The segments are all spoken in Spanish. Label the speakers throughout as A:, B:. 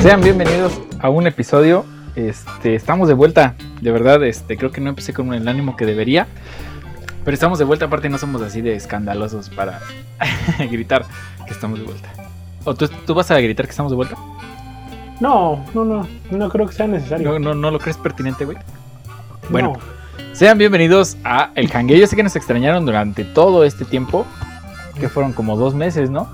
A: Sean bienvenidos a un episodio. Este, estamos de vuelta. De verdad, este, creo que no empecé con el ánimo que debería. Pero estamos de vuelta, aparte no somos así de escandalosos para gritar que estamos de vuelta. ¿O tú, tú vas a gritar que estamos de vuelta?
B: No, no, no, no creo que sea necesario.
A: ¿No, no, no lo crees pertinente, güey? Bueno, sean bienvenidos a El Jangueo. Yo sé que nos extrañaron durante todo este tiempo, que fueron como dos meses, ¿no?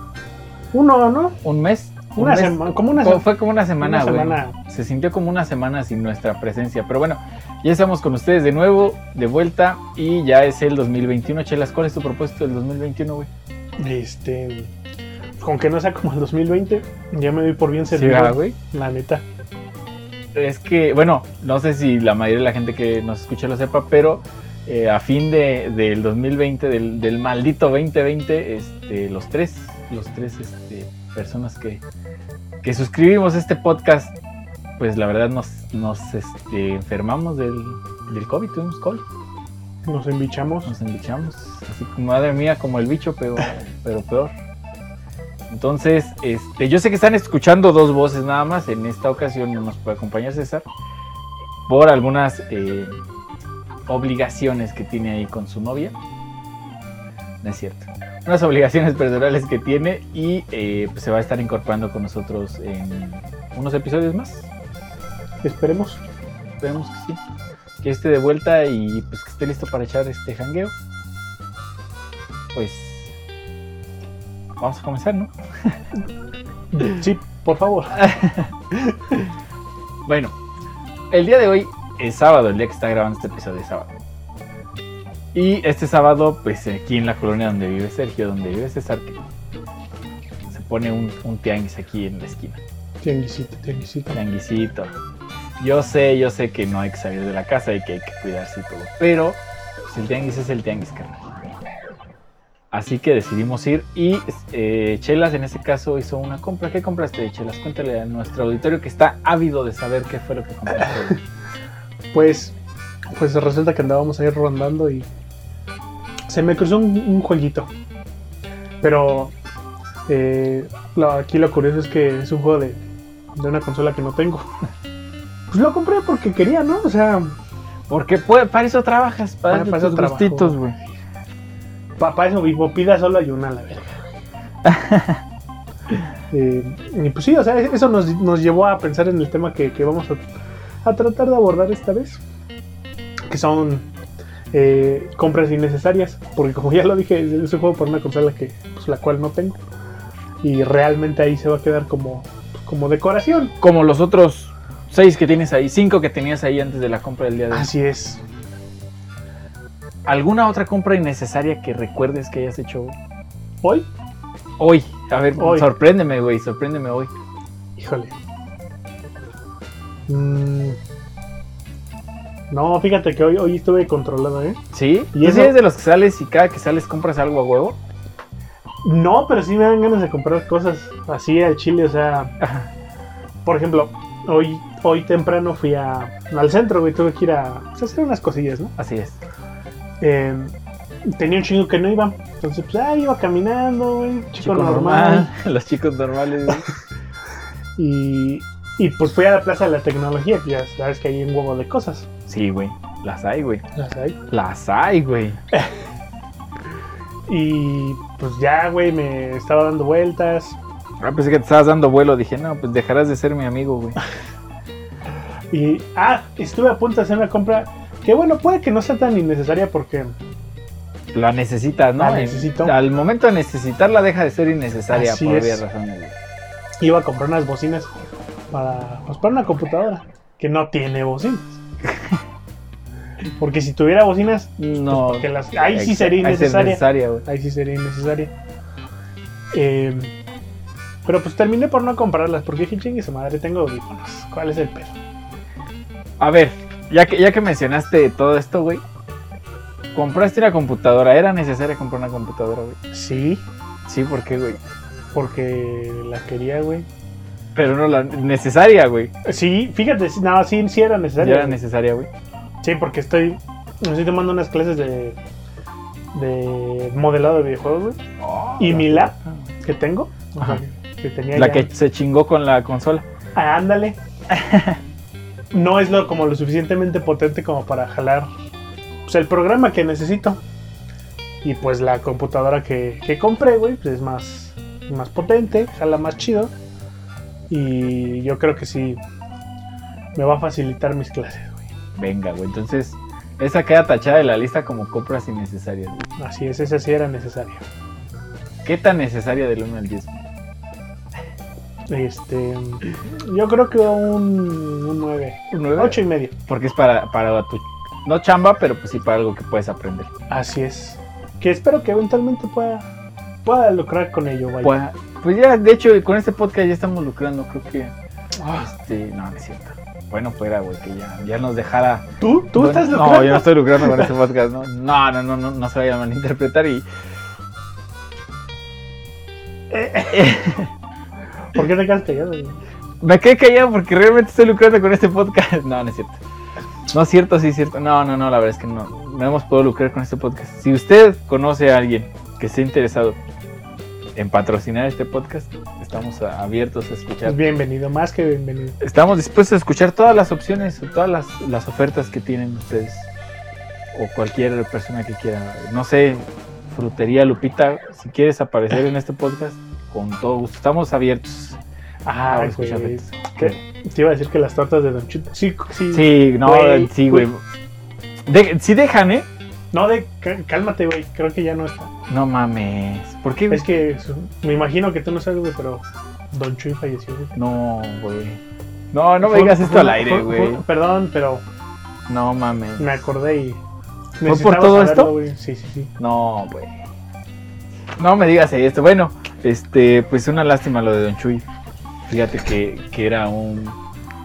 B: No, uno, ¿no?
A: ¿Un mes? ¿Un
B: Una
A: mes?
B: semana, como una
A: Fue-
B: semana.
A: Fue como una semana,
B: Una
A: güey.
B: semana.
A: Se sintió como una semana sin nuestra presencia. Pero bueno, ya estamos con ustedes de nuevo, de vuelta. Y ya es el 2021. Chelas, ¿cuál es tu propósito del 2021, güey?
B: Este, con que no sea como el 2020, ya me doy por bien
A: Sí,
B: servido.
A: ¿verdad, güey.
B: la neta.
A: Es que, bueno, no sé si la mayoría de la gente que nos escucha lo sepa, pero eh, a fin de, del 2020, del, del maldito 2020, este, los tres, los tres este, personas que, que suscribimos este podcast, pues la verdad nos, nos este, enfermamos del, del COVID, tuvimos COVID.
B: Nos embichamos.
A: nos embichamos. Así que madre mía, como el bicho, pero, pero peor. Entonces, este, yo sé que están escuchando dos voces nada más. En esta ocasión no nos puede acompañar César por algunas eh, obligaciones que tiene ahí con su novia. No es cierto. Unas obligaciones personales que tiene y eh, pues, se va a estar incorporando con nosotros en unos episodios más.
B: Esperemos.
A: Esperemos que sí. Que esté de vuelta y pues que esté listo para echar este jangueo. Pues vamos a comenzar, ¿no?
B: Sí, por favor.
A: Ah. Bueno, el día de hoy es sábado, el día que está grabando este episodio es sábado. Y este sábado, pues aquí en la colonia donde vive Sergio, donde vive César, que se pone un, un tianguis aquí en la esquina.
B: Tianguisito, tianguisito.
A: Tianguisito. Yo sé, yo sé que no hay que salir de la casa y que hay que cuidarse y todo, pero pues, el tianguis es el tianguis, carnal. Así que decidimos ir y eh, Chelas en este caso hizo una compra. ¿Qué compraste, Chelas? Cuéntale a nuestro auditorio que está ávido de saber qué fue lo que compraste.
B: Pues, pues resulta que andábamos ahí rondando y se me cruzó un, un jueguito. Pero eh, lo- aquí lo curioso es que es un juego de, de una consola que no tengo. Pues lo compré porque quería, ¿no? O sea,
A: Porque puede, para eso trabajas, para,
B: Para- para
A: eso
B: eso trabajo.
A: gustitos, güey.
B: papá eso vivo, pida solo hay una, la verga. Eh, y pues sí, o sea, eso nos, nos llevó a pensar en el tema que, que vamos a, a tratar de abordar esta vez. Que son eh, compras innecesarias. Porque como ya lo dije, es un juego para una consola que, pues, la cual no tengo. Y realmente ahí se va a quedar como, pues, como decoración.
A: Como los otros seis que tienes ahí, cinco que tenías ahí antes de la compra del día de hoy.
B: Así es.
A: ¿Alguna otra compra innecesaria que recuerdes que hayas hecho, güey?
B: Hoy,
A: Hoy, a ver,
B: Hoy.
A: sorpréndeme, güey, sorpréndeme hoy.
B: híjole. Mm. No, fíjate que hoy, hoy estuve controlado, ¿eh?
A: ¿Sí?
B: ¿Y
A: ¿Y
B: eso?
A: es de los que sales y cada que sales compras algo a huevo?
B: No, pero sí me dan ganas de comprar cosas así al chile, o sea,
A: Ajá.
B: por ejemplo, hoy hoy temprano fui a- al centro, güey, tuve que ir a pues, hacer unas cosillas, ¿no?
A: Así es.
B: Eh, tenía un chingo que no iba, entonces pues ah, iba caminando, güey, chico, normal.
A: Los chicos normales. güey.
B: Y, y pues fui a la Plaza de la Tecnología, que ya sabes que hay un huevo de cosas.
A: sí, güey. Las hay, güey.
B: Las hay.
A: Las hay, güey.
B: Y pues ya, güey, me estaba dando vueltas.
A: Ah, pensé que te estabas dando vuelo. Dije, no, pues dejarás de ser mi amigo, güey.
B: Y, ah, estuve a punto de hacer una compra que, bueno, puede que no sea tan innecesaria porque...
A: La necesitas, ¿no?
B: eh, La
A: En-
B: necesito.
A: al momento de necesitarla deja de ser innecesaria
B: Así
A: por
B: es.
A: varias razones. güey.
B: iba a comprar unas bocinas para, pues, para una computadora que no tiene bocinas. Porque si tuviera bocinas, pues,
A: No.
B: porque las- ahí sí sería
A: Ahí
B: innecesaria.
A: güey.
B: ahí sí sería innecesaria. Eh, pero pues terminé por no comprarlas porque dije, chingue su madre, tengo audífonos. ¿Cuál es el pedo?
A: A ver, ya que, ya que mencionaste todo esto, güey. Compraste una computadora. ¿Era necesaria comprar una computadora, güey?
B: Sí,
A: Sí, ¿por qué, güey?
B: porque la quería, güey.
A: Pero no la necesaria, güey.
B: Sí, fíjate, sí- no, sí, sí era
A: Ya
B: necesaria.
A: era
B: güey.
A: necesaria, güey.
B: Sí, porque estoy, estoy tomando unas clases de, de modelado de videojuegos, güey. Y mi lap que tengo, o sea,
A: Ajá.
B: que tenía
A: La
B: Ah, ya-
A: que se chingó con la consola.
B: Ándale. No es lo, como lo suficientemente potente como para jalar pues, el programa que necesito. Y pues la computadora que, que compré, güey, pues es más, más potente, jala más chido. Y yo creo que sí me va a facilitar mis clases, güey.
A: Venga, güey. Entonces, esa queda tachada de la lista como compras innecesarias. güey.
B: Así es, esa sí era necesaria.
A: ¿Qué tan necesaria del 1 al 10?
B: Este, yo creo que un, un 9,
A: Un
B: 8 y medio.
A: Porque es para, para tu. No chamba, pero pues sí para algo que puedes aprender.
B: Así es. Que espero que eventualmente pueda, pueda lucrar con ello, vaya.
A: Pues, pues ya, de hecho, con este podcast ya estamos lucrando. Creo que.
B: Ah,
A: Este, no, no es cierto. Bueno, fuera, güey, que ya, ya nos dejara.
B: ¿Tú? ¿Tú
A: Bueno,
B: estás
A: No,
B: lucrando?
A: yo no estoy lucrando con este podcast, ¿no? No, no, no, no, no se vayan a malinterpretar y.
B: ¿Por qué te quedas callado? güey?
A: Me quedé callado porque realmente estoy lucrando con este podcast. No, no es cierto. No es cierto, sí es cierto. No, no, no, la verdad es que no. No hemos podido lucrar con este podcast. Si usted conoce a alguien que esté interesado en patrocinar este podcast, estamos a- abiertos a escuchar.
B: Pues bienvenido, más que bienvenido.
A: Estamos dispuestos a escuchar todas las opciones, todas las, las ofertas que tienen ustedes. O cualquier persona que quiera. No sé, Frutería Lupita, si quieres aparecer en este podcast, con todo gusto. Estamos abiertos.
B: Ah,
A: a
B: güey.
A: escucharte.
B: ¿Qué? Te iba a decir que las tortas de Don Chito. Sí, sí.
A: Sí, no,
B: Güey,
A: sí, güey. De- sí dejan, ¿eh?
B: No, de, cá- cálmate, güey. Creo que ya no está.
A: No mames. ¿Por qué? güey?
B: Es que su- me imagino que tú no sabes, güey, pero Don Chuy falleció. güey.
A: No, güey. No, no me
B: Fue-
A: digas esto
B: fue-
A: al aire,
B: fue-
A: güey.
B: fue- Perdón, pero
A: No mames.
B: me acordé y.
A: por
B: necesitaba
A: todo
B: saberlo,
A: esto?
B: güey. Sí, sí, sí.
A: No, güey. No me digas esto. Bueno, este, pues una lástima lo de Don Chuy. Fíjate que, que era un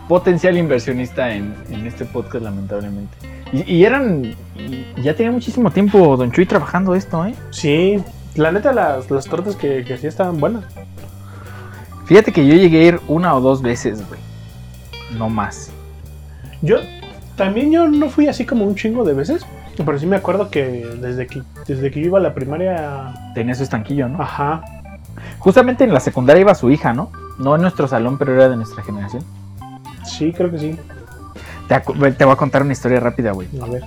A: potencial inversionista en, en este podcast, lamentablemente. Y, y eran. y ya tenía muchísimo tiempo Don Chuy trabajando esto, ¿eh?
B: Sí, la neta, las, las tortas que, que sí estaban buenas.
A: Fíjate que yo llegué a ir una o dos veces, güey. No más.
B: Yo también yo no fui así como un chingo de veces, pero sí me acuerdo que desde que desde que yo iba a la primaria,
A: Tenía su estanquillo, ¿no?
B: ajá,
A: Justamente en la secundaria iba su hija, ¿no? No en nuestro salón, pero era de nuestra generación.
B: sí, creo que sí.
A: Te, acu- te voy a contar una historia rápida, güey.
B: A ver.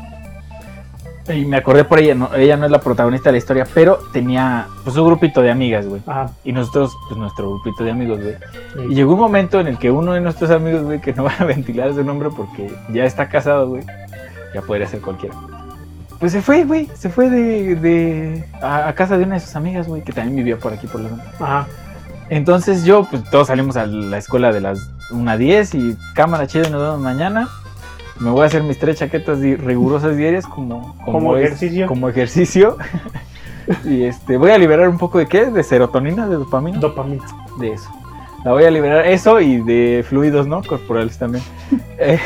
A: Y me acordé por ella, no, ella no es la protagonista de la historia, pero tenía pues un grupito de amigas, güey.
B: Ajá.
A: Y nosotros, pues nuestro grupito de amigos, güey. Y
B: eh,
A: llegó un momento en el que uno de nuestros amigos, güey, que no van a ventilar su nombre porque ya está casado, güey. Ya podría ser cualquiera. Pues se fue, güey. Se fue de, de- a, a casa de una de sus amigas, güey, que también vivía por aquí, por la zona.
B: Ajá.
A: Entonces yo, pues todos salimos a la escuela de las 1 a 10 y cámara chida y nos vemos mañana. Me voy a hacer mis tres chaquetas di- rigurosas diarias como, como,
B: Como
A: es-
B: ejercicio.
A: como ejercicio. y este, voy a liberar un poco de qué? De serotonina, de dopamina.
B: Dopamina.
A: de eso. La voy a liberar eso y de fluidos, ¿no? Corporales también. Eh,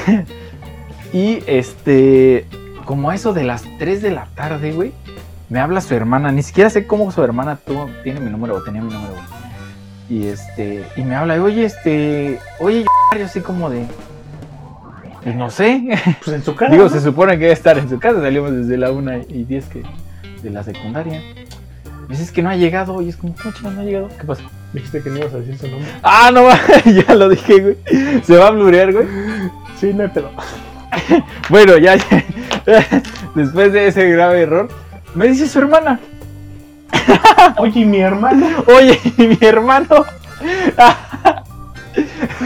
A: y este, como a eso de las 3 de la tarde, güey, me habla su hermana. Ni siquiera sé cómo su hermana tuvo- tiene mi número o tenía mi número, güey. Y este, y me habla, y, oye, este, oye, yo, yo así como de, pues no sé.
B: Pues en su cara.
A: Digo,
B: ¿no?
A: se supone que debe estar en su casa. Salimos desde la 1 y 10 que, de la secundaria. Me dice, es que no ha llegado. Y es como, ¿cómo chingado no ha llegado? ¿Qué pasa?
B: Dijiste que no ibas a decir su nombre.
A: Ah, no, ya lo dije, güey. Se va a blurear, güey.
B: Sí, no hay pedo.
A: Bueno, ya, ya. Después de ese grave error, me dice su hermana.
B: Oye, ¿y mi hermano.
A: Oye, ¿y mi hermano.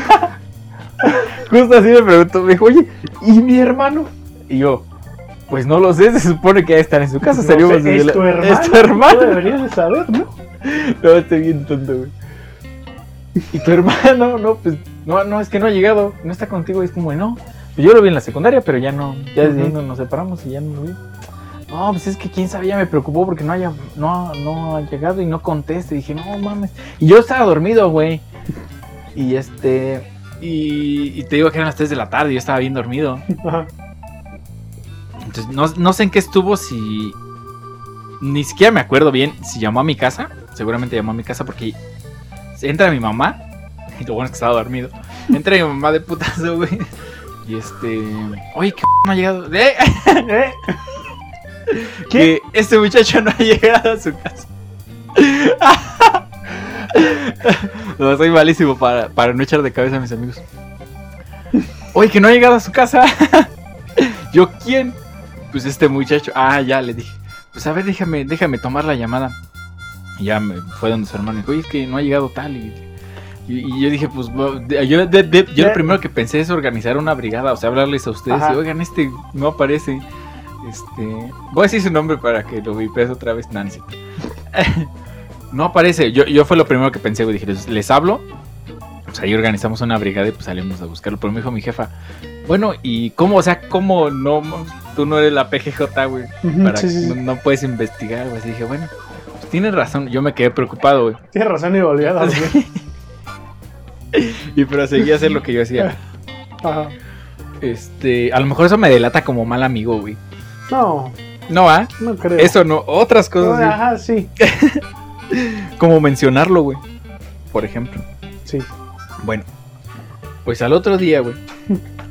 A: Justo así me preguntó, me dijo, oye, ¿y mi hermano? Y yo, pues no lo sé, se supone que ya están en su casa.
B: No
A: salimos
B: sé,
A: desde
B: es
A: la-
B: tu hermano.
A: Es tu hermano.
B: Tú deberías de saber, ¿no?
A: No, estoy bien tonto, güey. Y tu hermano, no, pues, no, no, es que no ha llegado, no está contigo. Y es como, no, pues yo lo vi en la secundaria, pero ya no, ya desde ahí
B: Ujú.
A: no nos separamos y ya no lo vi. No, pues es que quién sabe, ya me preocupó porque no, haya, no, no ha llegado y no conteste. Dije, no mames. Y yo estaba dormido, güey. Y este, y, y te digo que eran las 3 de la tarde, yo estaba bien dormido.
B: Ajá.
A: Entonces, no, no sé en qué estuvo, si. Ni siquiera me acuerdo bien si llamó a mi casa. Seguramente llamó a mi casa porque entra mi mamá. Y lo bueno es que estaba dormido. Entra mi mamá de putazo, güey. Y este. Oye, qué no ha llegado. Eh,
B: ¿Eh?
A: que este muchacho no ha llegado a su casa. No, soy malísimo para, para no echar de cabeza a mis amigos. Oye, que no ha llegado a su casa. ¿Yo quién? Pues este muchacho. Ah, ya le dije. Pues a ver, déjame, déjame tomar la llamada. Y ya me fue donde su hermano y dijo, oye, es que no ha llegado tal. Y, y- y yo dije, pues bueno, de- yo, de- de- yo
B: Ya.
A: lo primero que pensé es organizar una brigada, o sea, hablarles a ustedes.
B: Ajá.
A: y, Oigan, este no aparece. Este, voy a decir su nombre para que lo vipes otra vez, Nancy. no aparece. Yo, yo fue lo primero que pensé, güey. Dije, les, les hablo. Pues ahí organizamos una brigada y pues salimos a buscarlo. Pero me dijo mi jefa, bueno, ¿y cómo? O sea, ¿cómo no? Tú no eres la PGJ, güey.
B: Ujú,
A: Para
B: Mm, sí,
A: que
B: sí,
A: no,
B: sí.
A: no puedes investigar, güey. Así dije, bueno, pues tienes razón. Yo me quedé preocupado, güey.
B: Tienes razón y volví a dormir.
A: Y proseguí a hacer lo que yo hacía.
B: Ajá.
A: Este, a lo mejor eso me delata como mal amigo, güey.
B: No,
A: No, ¿ah?
B: no creo.
A: Eso no, otras
B: No,
A: cosas, güey.
B: Ajá, sí.
A: como mencionarlo, güey. Por ejemplo.
B: Sí.
A: Bueno, pues al otro día, güey,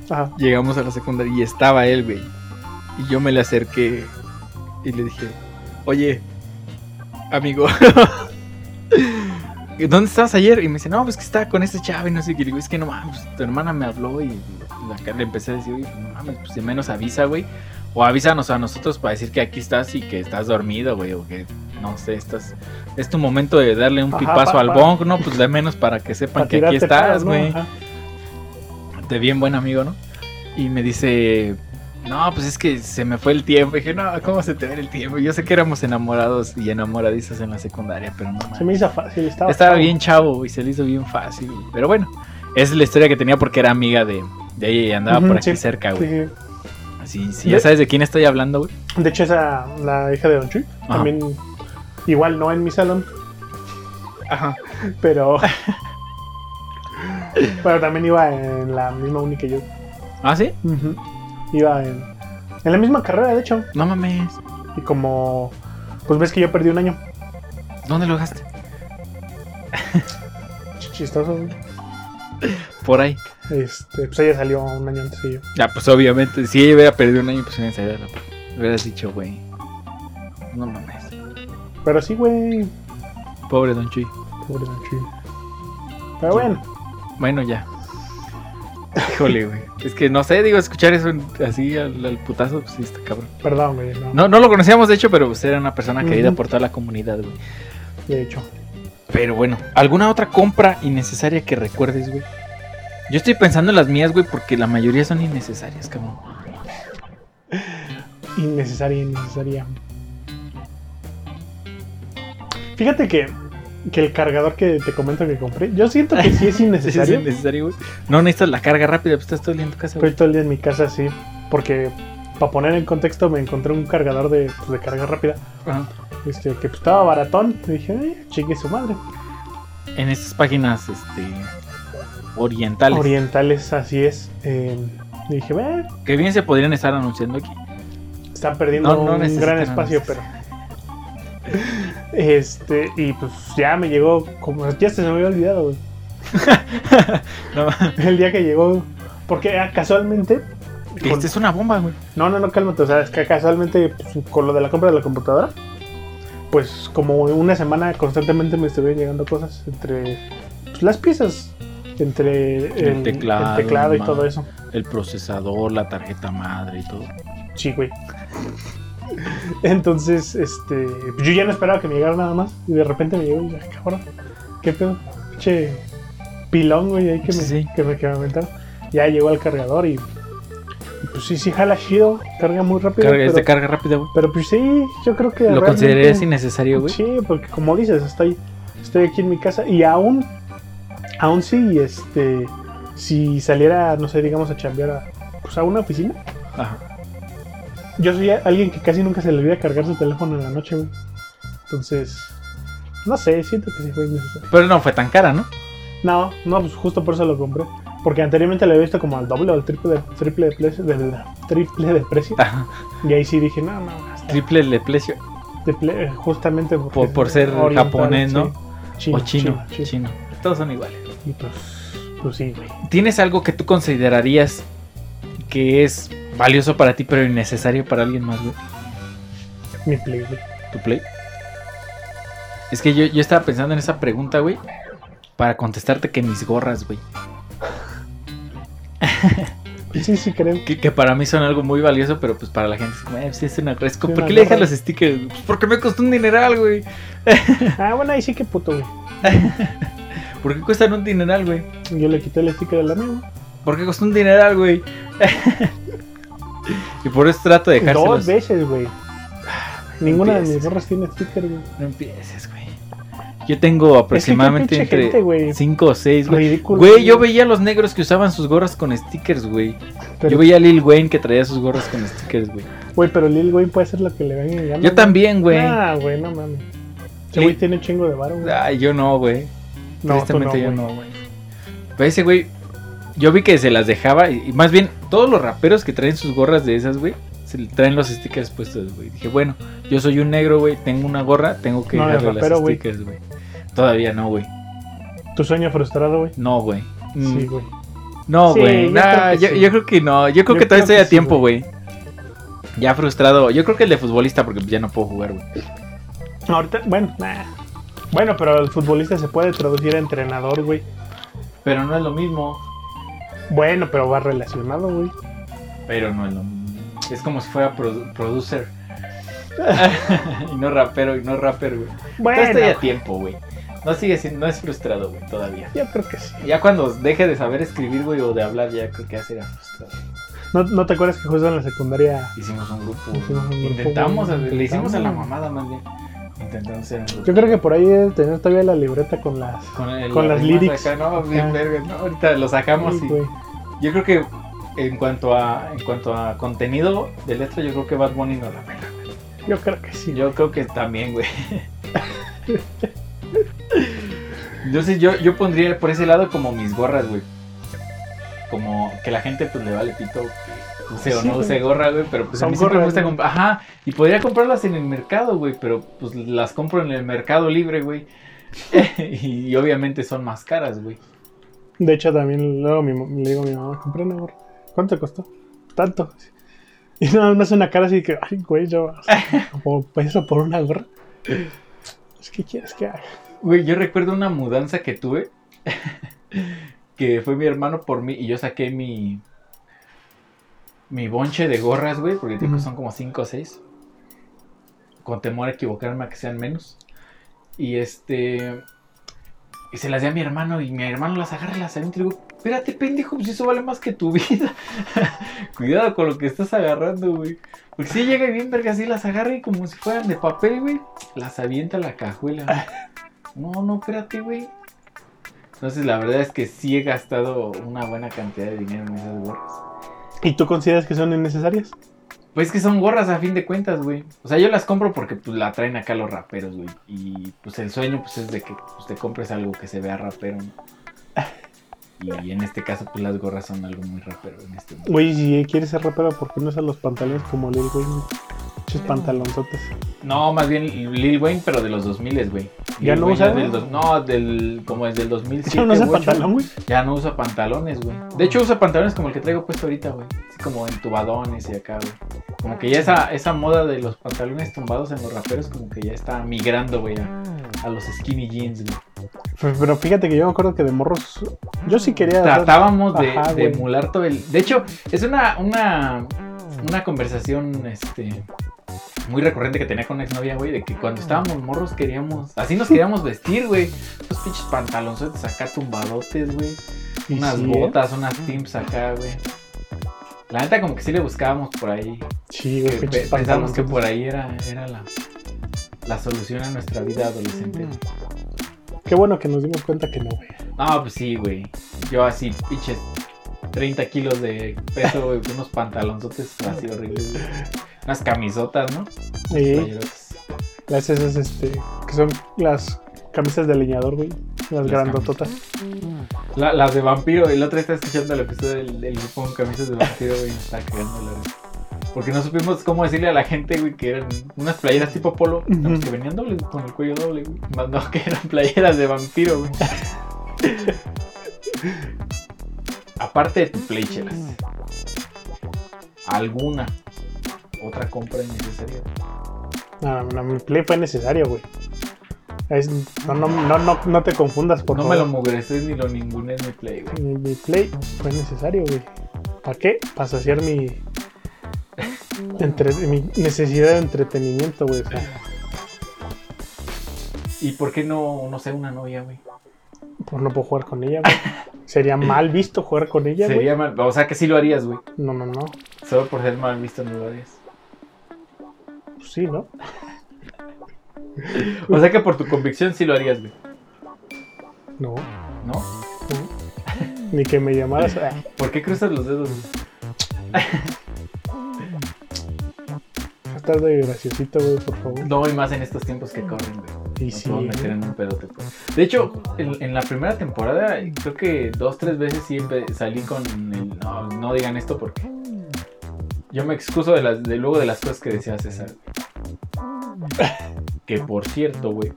B: Ajá.
A: llegamos a la secundaria y estaba él, güey. Y yo me le acerqué y le dije, oye, amigo, ¿dónde estabas ayer? Y me dice, no, pues que estaba con este chavo y no sé qué. Y le digo, es que no mames, pues, tu hermana me habló y la cara le empecé a decir, oye, no mames, pues de menos avisa, güey. O avísanos a nosotros para decir que aquí estás y que estás dormido, güey, o que no sé, estás. Es tu momento de darle un
B: Ajá,
A: pipazo
B: pa-
A: al
B: pa-
A: bong, ¿no? Pues de menos para que sepan
B: Para
A: que aquí
B: tirarte
A: estás,
B: pedos, ¿no?
A: güey
B: Ajá.
A: de bien buen amigo, ¿no? Y me dice, no, pues es que se me fue el tiempo. Y dije, no, ¿cómo se te va el tiempo? Yo sé que éramos enamorados y enamoradizas en la secundaria, pero no
B: Se me
A: mames.
B: hizo fácil. Estaba,
A: Estaba
B: chavo.
A: bien chavo y se le hizo bien fácil. Pero bueno, esa es la historia que tenía porque era amiga de, de ella y andaba
B: Ujú,
A: por aquí
B: sí,
A: cerca, güey.
B: Sí,
A: Sí, sí, ya sabes de quién estoy hablando, güey.
B: sí. De hecho, esa, la hija de Don Chuy,
A: Ajá.
B: también, igual no en mi salón,
A: Ajá.
B: pero. pero también iba en la misma uni que yo.
A: ¿Ah, sí?
B: Ujú. Iba en, en la misma carrera, de hecho.
A: No mames.
B: Y como. Pues ves que yo perdí un año.
A: ¿Dónde lo dejaste?
B: Ch- Chistoso. güey.
A: Por ahí.
B: Este, pues ella salió un año antes que yo.
A: Ya, pues obviamente, si ella hubiera perdido un año, pues hubiera salido a la par. Hubieras dicho, güey. No mames.
B: Pero sí, güey.
A: Pobre Don Chuy.
B: Pobre Don Chuy. Pero bueno.
A: Bueno, ya. Híjole, güey. Es que no sé, digo, escuchar eso en- así al, al putazo, pues sí, está cabrón.
B: Perdón, güey. No,
A: No, no lo conocíamos, de hecho, pero pues, era una persona querida
B: Ujú.
A: por toda la comunidad, güey.
B: De hecho.
A: Pero bueno, ¿alguna otra compra innecesaria que recuerdes, güey? Yo estoy pensando en las mías, güey, porque la mayoría son innecesarias, cabrón.
B: Innecesaria, innecesaria. Fíjate que, que el cargador que te comento que compré, yo siento que sí es
A: ¿Es
B: innecesario.
A: innecesario, güey? No necesitas la carga rápida, pues estás todo el día en tu casa, güey.
B: Estoy todo el día en mi casa así, porque para poner en contexto me encontré un cargador de, pues, de carga rápida,
A: Ajá.
B: este, que pues, estaba baratón. Y dije, "Ay, chingue su madre.
A: En estas páginas, este. Orientales.
B: Orientales, así es. Eh, y dije, "Ve,
A: que bien se podrían estar anunciando aquí.
B: Están perdiendo
A: No, no
B: un
A: necesitan,
B: gran
A: no
B: espacio, pero.
A: necesitan.
B: Este, y pues ya me llegó, como ya se me había olvidado, güey.
A: No,
B: El día que llegó, porque ah, casualmente.
A: que
B: con-
A: esta es una bomba, güey.
B: No, no, no, cálmate, o sea, es que casualmente pues, con lo de la compra de la computadora, pues como una semana constantemente me estuvieron llegando cosas entre pues, las piezas, entre el, el
A: teclado,
B: teclado, y
A: ma-
B: todo eso.
A: el procesador, la tarjeta madre y todo.
B: Sí, güey. Entonces, este. pues, Yo ya no esperaba que me llegara nada más. Y de repente me llegó y dije, "Ah, cabrón, qué pedo. Che, pilón, güey, ahí que me,
A: Sí, sí.
B: Que me, que me aventaron. Ya llegó al cargador y. y, Pues sí, sí, jala chido. Carga muy rápido.
A: Carga,
B: pero,
A: es de carga rápida, güey.
B: pero, pues sí, yo creo que.
A: Lo
B: realmente-
A: consideré es innecesario, güey.
B: Sí, porque como dices, estoy, estoy aquí en mi casa y aún, aún sí, este. Si saliera, no sé, digamos, a chambear a, pues, a una oficina.
A: Ajá.
B: Yo soy alguien que casi nunca se le olvida cargar su teléfono en la noche, güey. Entonces, no sé, siento que sí fue innecesario.
A: Pero no fue tan cara, ¿no?
B: No, no, pues justo por eso lo compré. Porque anteriormente lo había visto como al doble o al triple de, triple de precio. de- de- triple de precio.
A: Ajá.
B: Y ahí sí dije, no, no, hasta
A: Triple el de precio.
B: triple, justamente porque
A: Por- por ser
B: oriental,
A: japonés, ¿no?
B: sí.
A: O
B: Chino,
A: chino,
B: chino,
A: chino,
B: chino.
A: Todos son iguales.
B: Y pues, pues sí, güey.
A: ¿Tienes algo que tú considerarías que es valioso para ti pero innecesario para alguien más, güey?
B: Mi play, güey.
A: ¿Tu play? Es que yo, yo estaba pensando en esa pregunta, güey. para contestarte que mis gorras, güey.
B: Sí, sí, creo.
A: Que, que para mí son algo muy valioso, pero pues para la gente es como, eh, sí, es una gorra. Es como,
B: Sí,
A: ¿Por
B: una
A: qué le dejas
B: gorra.
A: los stickers? Pues porque me costó un dineral, güey.
B: Ah, bueno, ahí sí que puto, güey.
A: ¿Por qué cuestan un dineral, güey?
B: Yo le quité el sticker de la mía.
A: ¿Por qué costó un dineral, güey? y por eso trato de
B: güey. Dos
A: dejárselos. Ah,
B: veces, güey. Ninguna de mis
A: empieces.
B: gorras tiene sticker, güey.
A: No empieces, güey. Yo tengo aproximadamente
B: pinche gente, güey.
A: entre 5 o 6, güey.
B: Ridículo.
A: Güey, yo veía a los negros que usaban sus gorras con stickers, güey.
B: Pero-
A: Yo veía a Lil Wayne que traía sus gorras con stickers, güey.
B: Güey, pero Lil Wayne puede hacer lo que le venga en gana.
A: Yo también, güey.
B: Ah, güey, no mames. Ese
A: Lil-
B: güey tiene un chingo de varo, güey.
A: Ay, yo no, güey.
B: no, tú no,
A: Tristemente yo
B: güey.
A: no, güey. Pero ese güey, yo vi que se las dejaba. Y y más bien, todos los raperos que traen sus gorras de esas, güey, se le traen los stickers puestos, güey. Dije, bueno, yo soy un negro, güey, tengo una gorra, tengo que
B: No eres
A: dejarle las
B: rapero, güey.
A: stickers, güey. Todavía no, güey.
B: Tu sueño frustrado, güey.
A: No, güey. Mm,
B: Sí, güey.
A: No,
B: Sí,
A: güey.
B: yo
A: Nah,
B: creo que
A: yo,
B: sí.
A: yo creo que no. Yo creo
B: Yo
A: que todavía
B: creo
A: estoy
B: que
A: a
B: sí,
A: tiempo, güey. Ya frustrado. Yo creo que el de futbolista, porque ya no puedo jugar, güey.
B: Ahorita, bueno, nah. Bueno, pero el futbolista se puede traducir a entrenador, güey.
A: Pero no es lo mismo.
B: Bueno, pero va relacionado, güey.
A: Pero no es lo mismo. Es como si fuera pro- producer. y no rapero, y no rapper, güey.
B: Bueno,
A: Todavía estoy a tiempo, güey. No sigue siendo, no es frustrado, güey, todavía.
B: yo creo que sí.
A: Ya cuando deje de saber escribir, güey, o de hablar, ya creo que ya será frustrado.
B: ¿No, no te acuerdas que justo en la secundaria?
A: Hicimos un grupo.
B: Hicimos un grupo,
A: Intentamos,
B: güey.
A: le hicimos a la
B: Intentamos.
A: mamada más bien. Intentamos hacer un grupo.
B: Yo creo que por ahí debes tener todavía la libreta con las.
A: con, el-
B: Con
A: la
B: las
A: rima
B: lyrics.
A: acá, no, bien
B: Ajá.
A: verga, no, ahorita lo sacamos
B: Sí,
A: y
B: güey.
A: yo creo que en cuanto a en cuanto a contenido de letra yo creo que Bad Bunny no la pega.
B: Yo creo que sí.
A: Yo creo que también, güey. Entonces yo yo pondría por ese lado como mis gorras, güey. Como que la gente pues le vale pito que use o
B: Sí,
A: no
B: güey.
A: use gorra, güey, pero pues a
B: Son
A: mí siempre me
B: gorras,
A: gusta
B: ¿no?
A: comprar, ajá, y podría comprarlas en el mercado, güey, pero pues las compro en el mercado libre, güey. y obviamente son más caras, güey.
B: De hecho, también luego mi mam- le digo a mi mamá, compré una gorra. ¿Cuánto te costó? Tanto. Y nada más me hace una cara así que, ay, güey, yo. o sea, Como peso por una gorra. Es que quieres que haga.
A: Güey, yo recuerdo una mudanza que tuve, que fue mi hermano por mí y yo saqué mi mi bonche de gorras, güey, porque creo que
B: Ujú.
A: son como 5 o 6. Con temor a equivocarme a que sean menos. Y este y se las di a mi hermano y mi hermano las agarra y las avienta y le digo, espérate, pendejo, pues eso vale más que tu vida. Cuidado con lo que estás agarrando, güey. Porque si llega y bien verga así, las agarra y como si fueran de papel, güey, las avienta a la cajuela. güey. No, no, espérate, güey. Entonces, la verdad es que sí he gastado una buena cantidad de dinero en esas gorras.
B: ¿Y tú consideras que son innecesarias?
A: Pues es que son gorras a fin de cuentas, güey. O sea, yo las compro porque pues la traen acá los raperos, güey. Y pues el sueño pues es de que pues, te compres algo que se vea rapero, ¿no? Y en este caso pues las gorras son algo muy rapero en este momento.
B: Güey, si quieres ser rapero, ¿por qué no usas los pantalones como Lil Wayne? Muchos pantalonzotes.
A: No, más bien Lil Wayne, pero de los 2000, güey.
B: ¿Ya
A: Lil
B: no
A: Wayne
B: usa,
A: es
B: güey?
A: del dos- No, del como desde el 2007.
B: Yo no usa
A: u ocho.
B: pantalón, güey.
A: Ya no usa pantalones, güey. De hecho, usa pantalones como el que traigo puesto ahorita, güey. Así como entubadones y acá, güey. Como que ya esa, esa moda de los pantalones tumbados en los raperos, como que ya está migrando, güey, a, a los skinny jeans, güey.
B: Pero pero fíjate que yo me acuerdo que de morros. Yo sí quería. hacer-
A: Tratábamos de,
B: Ajá,
A: de
B: güey.
A: emular todo el. De hecho, es una, una, una conversación este, muy recurrente que tenía con una exnovia, güey, de que cuando estábamos morros queríamos. Así nos queríamos vestir, güey. Esos pinches pantalonzotes acá tumbadotes, güey.
B: Y
A: Unas
B: sí, ¿eh?
A: botas, unas teams acá, güey. La neta como que sí le buscábamos por ahí. que
B: Sí, güey.
A: pe-
B: pinches
A: pensamos que
B: pantalonzotes.
A: por ahí era, era la, la solución a nuestra vida adolescente.
B: Qué bueno que nos dimos cuenta que no, güey.
A: No, pues sí, güey. Yo así, pinches 30 kilos de peso, güey, con unos pantalonzotes así horribles. güey. Unas camisotas, ¿no?
B: Eh,
A: Playerotas.
B: las esas, este. Que son las camisas de leñador, güey. Las
A: Las
B: grandototas.
A: La- las de vampiro, el otro está escuchando el episodio del, del grupo con camisas de vampiro, güey, y está cagando la risa. Porque no supimos cómo decirle a la gente, güey, que eran unas playeras tipo polo, no, pues, que venían dobles, con el cuello doble, güey. Más no, que eran playeras de vampiro, güey. Aparte de tu playchelas, ¿alguna otra compra innecesaria?
B: No, no, mi play fue necesario, güey. Es- no, no, no, no, no te confundas, por
A: no
B: favor.
A: me lo mugreces ni lo ningunes mi play, güey.
B: Mi, mi eh, play fue necesario, güey. ¿Para qué? Para saciar mi, entre, mi necesidad de entretenimiento, güey. o sea,
A: ¿Y por qué no, no sé, una novia, güey?
B: pues no puedo jugar con ella, güey. Sería mal visto jugar con ella, güey.
A: Sería mal. O sea, que sí lo harías, güey.
B: No, no, no.
A: Solo por ser mal visto no lo harías.
B: Pues sí, ¿no?
A: O sea, que por tu convicción sí lo harías, güey.
B: No.
A: ¿No?
B: Ni que me llamaras. ah,
A: ¿Por qué cruzas los dedos? güey?
B: Estás de graciosito, güey, por favor.
A: No, y más en estos tiempos que corren, güey.
B: Y
A: Nos
B: sí.
A: podemos meter en un pedote, pues. De hecho, en, en la primera temporada, creo que dos, tres veces siempre salí con el. No, no digan esto porque. Yo me excuso de, las, de luego de las cosas que decía César. Que por cierto, güey,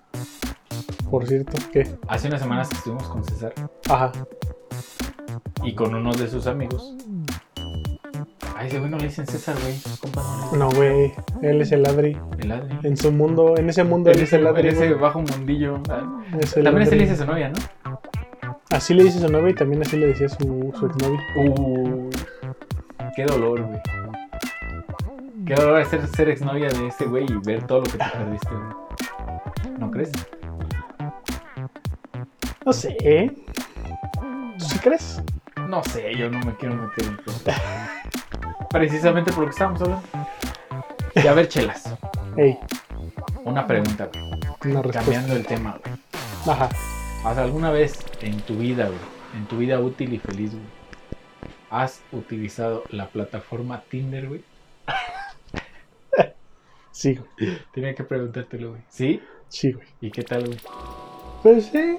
B: Por cierto, ¿qué?
A: hace unas semanas estuvimos con César
B: Ajá.
A: y con uno de sus amigos. Ay, ese güey no le dicen César, güey. sus compas no le dicen
B: No, güey. Él es el ladri.
A: el Adri.
B: En su mundo, en ese mundo, él es el
A: En
B: ladri.
A: ese
B: güey.
A: Eh, bajo mundillo. ah.
B: Es el
A: También ese
B: ladri.
A: le dice su novia, ¿no?
B: Así le dice su novia y también así le decía su, su exnovio.
A: Uh, qué dolor, güey. Qué dolor ser, ser exnovia de este güey y ver todo lo que te
B: Ah.
A: perdiste, güey. ¿No crees?
B: No sé, ¿eh? ¿Tú sí crees?
A: No sé, yo no me quiero meter en todo. Precisamente por lo que estábamos hablando. Y a ver, chelas.
B: Ey,
A: Una pregunta, güey.
B: una respuesta.
A: Cambiando el tema, güey.
B: Ajá.
A: ¿Has alguna vez en tu vida, güey? En tu vida útil y feliz, güey. ¿Has utilizado la plataforma Tinder, güey?
B: Sí, güey.
A: Tenía que preguntártelo, güey. ¿Sí?
B: Sí, güey.
A: ¿Y qué tal, güey?
B: Pues sí.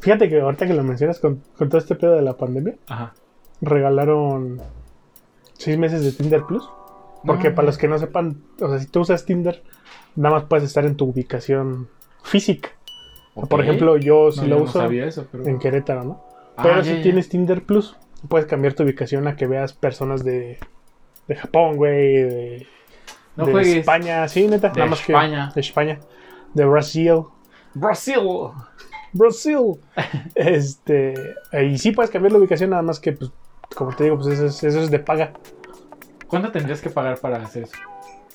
B: Fíjate que ahorita que lo mencionas con, con todo este pedo de la pandemia,
A: Ajá.
B: regalaron seis meses de Tinder Plus. Porque
A: No.
B: para los que no sepan, o sea, si tú usas Tinder, nada más puedes estar en tu ubicación física. Por
A: Ok.
B: ejemplo, yo sí
A: No,
B: lo
A: yo no
B: uso
A: sabía eso, pero...
B: en Querétaro, ¿no?
A: Ah,
B: Pero
A: ya,
B: si
A: ya.
B: tienes Tinder Plus, puedes cambiar tu ubicación a que veas personas de, de Japón, güey, de,
A: No
B: de
A: juegues.
B: España, sí, neta,
A: De
B: nada más que-
A: España.
B: de España, de Brasil,
A: Brasil.
B: Brasil, este, y sí puedes cambiar la ubicación, nada más que, pues, como te digo, pues eso es, eso es de paga.
A: ¿Cuánto tendrías que pagar para hacer eso?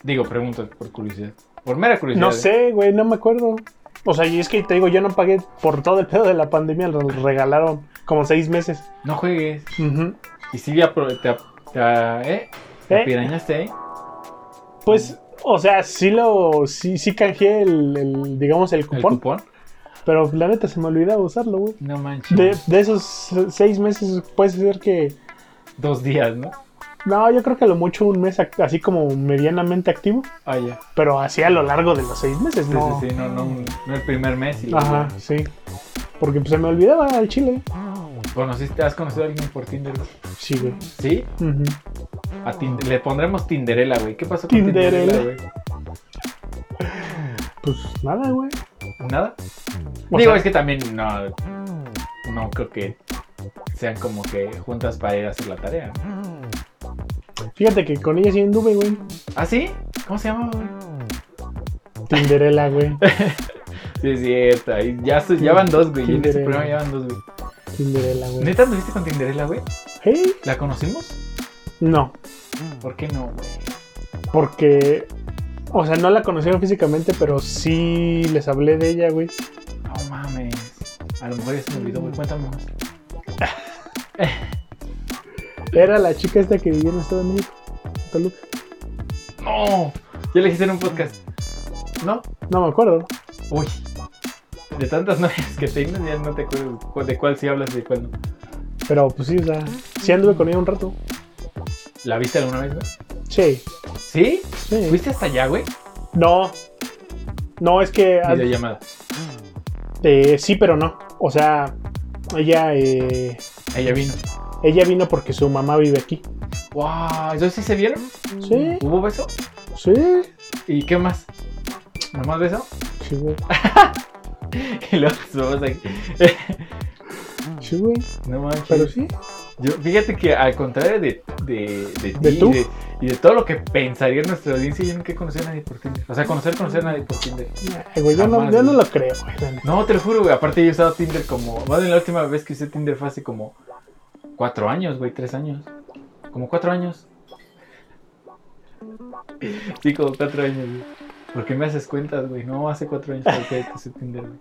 A: Digo, pregunto por curiosidad. Por mera curiosidad.
B: No
A: ¿eh?
B: sé, güey, no me acuerdo. O sea, y es que te digo, yo no pagué por todo el pedo de la pandemia, lo regalaron como seis meses.
A: No juegues.
B: Ujú.
A: Y si ya pro- te, te- ¿eh? te
B: Eh.
A: pirañaste, ¿eh?
B: Pues, o sea, sí lo, sí, sí canjeé el, el, digamos, el
A: ¿El
B: cupón.
A: cupón?
B: Pero la neta se me olvidaba usarlo, güey.
A: No manches.
B: De, de esos seis meses puede ser que...
A: Dos días, ¿no?
B: No, yo creo que a lo mucho un mes ac- así como medianamente activo,
A: Ah, ya.
B: pero así a lo largo de los seis meses,
A: Sí,
B: ¿no?
A: sí, sí, no, no, no el primer mes. Y
B: Ajá, sí. Porque pues, se me olvidaba al chile.
A: ¿Conociste, ¿Has conocido a alguien por Tinder? güey?
B: Sí, güey.
A: ¿Sí?
B: Ujú.
A: A Tin- le pondremos Tinderela, güey. ¿Qué pasó con Tinderela,
B: Tinderela.
A: güey?
B: Pues nada, güey.
A: ¿Nada?
B: O
A: Digo,
B: sea,
A: es que también no, no creo que sean como que juntas para ir a hacer la tarea.
B: Fíjate que con ella sí anduve, güey.
A: ¿Ah, sí? ¿Cómo se llama? güey?
B: Tinderela, güey.
A: Sí, es cierto. ahí ya, su- ya van dos, güey. En este
B: Tinderela.
A: programa ya van dos, güey.
B: Tinderela, güey.
A: ¿Neta anduviste con Tinderela, güey?
B: ¿Eh?
A: ¿La conocimos?
B: No,
A: ¿Por qué no, güey?
B: porque... O sea, no la conocieron físicamente, pero sí les hablé de ella, güey.
A: No mames. A lo mejor ya se me olvidó, güey. Cuéntame más.
B: Era la chica esta que vivía en el Estado de México. en Toluca.
A: ¡No! Ya le hiciste en un podcast. ¿No?
B: No me acuerdo.
A: Uy. De tantas novias que tengo, ya no te acuerdas cu- de cuál sí hablas y de cuál no.
B: Pero pues sí, o sea, sí anduve con ella un rato.
A: ¿La viste alguna vez, güey?
B: Sí,
A: ¿Sí?
B: sí.
A: ¿Fuiste hasta allá, güey?
B: No. No, es que. ah,
A: Videollamada.
B: eh, sí, pero no. O sea, ella, eh,
A: Ella vino.
B: ella vino porque su mamá vive aquí.
A: ¡Wow! ¿Entonces sí se vieron?
B: Sí,
A: ¿Hubo beso?
B: sí.
A: ¿Y qué más? ¿Nomás beso?
B: Sí, güey.
A: Y luego subimos aquí.
B: Sí, güey.
A: No manches.
B: Pero sí.
A: Yo, fíjate que al contrario de, de, de
B: ¿De
A: ti
B: tú?
A: y de- y de todo lo que pensaría nuestra audiencia. Yo nunca conocí a nadie por Tinder. O sea, conocer, conocer a nadie por Tinder.
B: Ay, güey, yo no,
A: Jamás,
B: yo no
A: güey.
B: lo creo, güey. la neta.
A: No, te lo juro, güey. Aparte, yo he usado Tinder como. Más bien, la última vez que usé Tinder fue hace como. Cuatro años, güey. Tres años. Como cuatro años. Sí, como cuatro años, güey. ¿Por qué me haces cuentas, güey? No, hace cuatro años que usé Tinder, güey.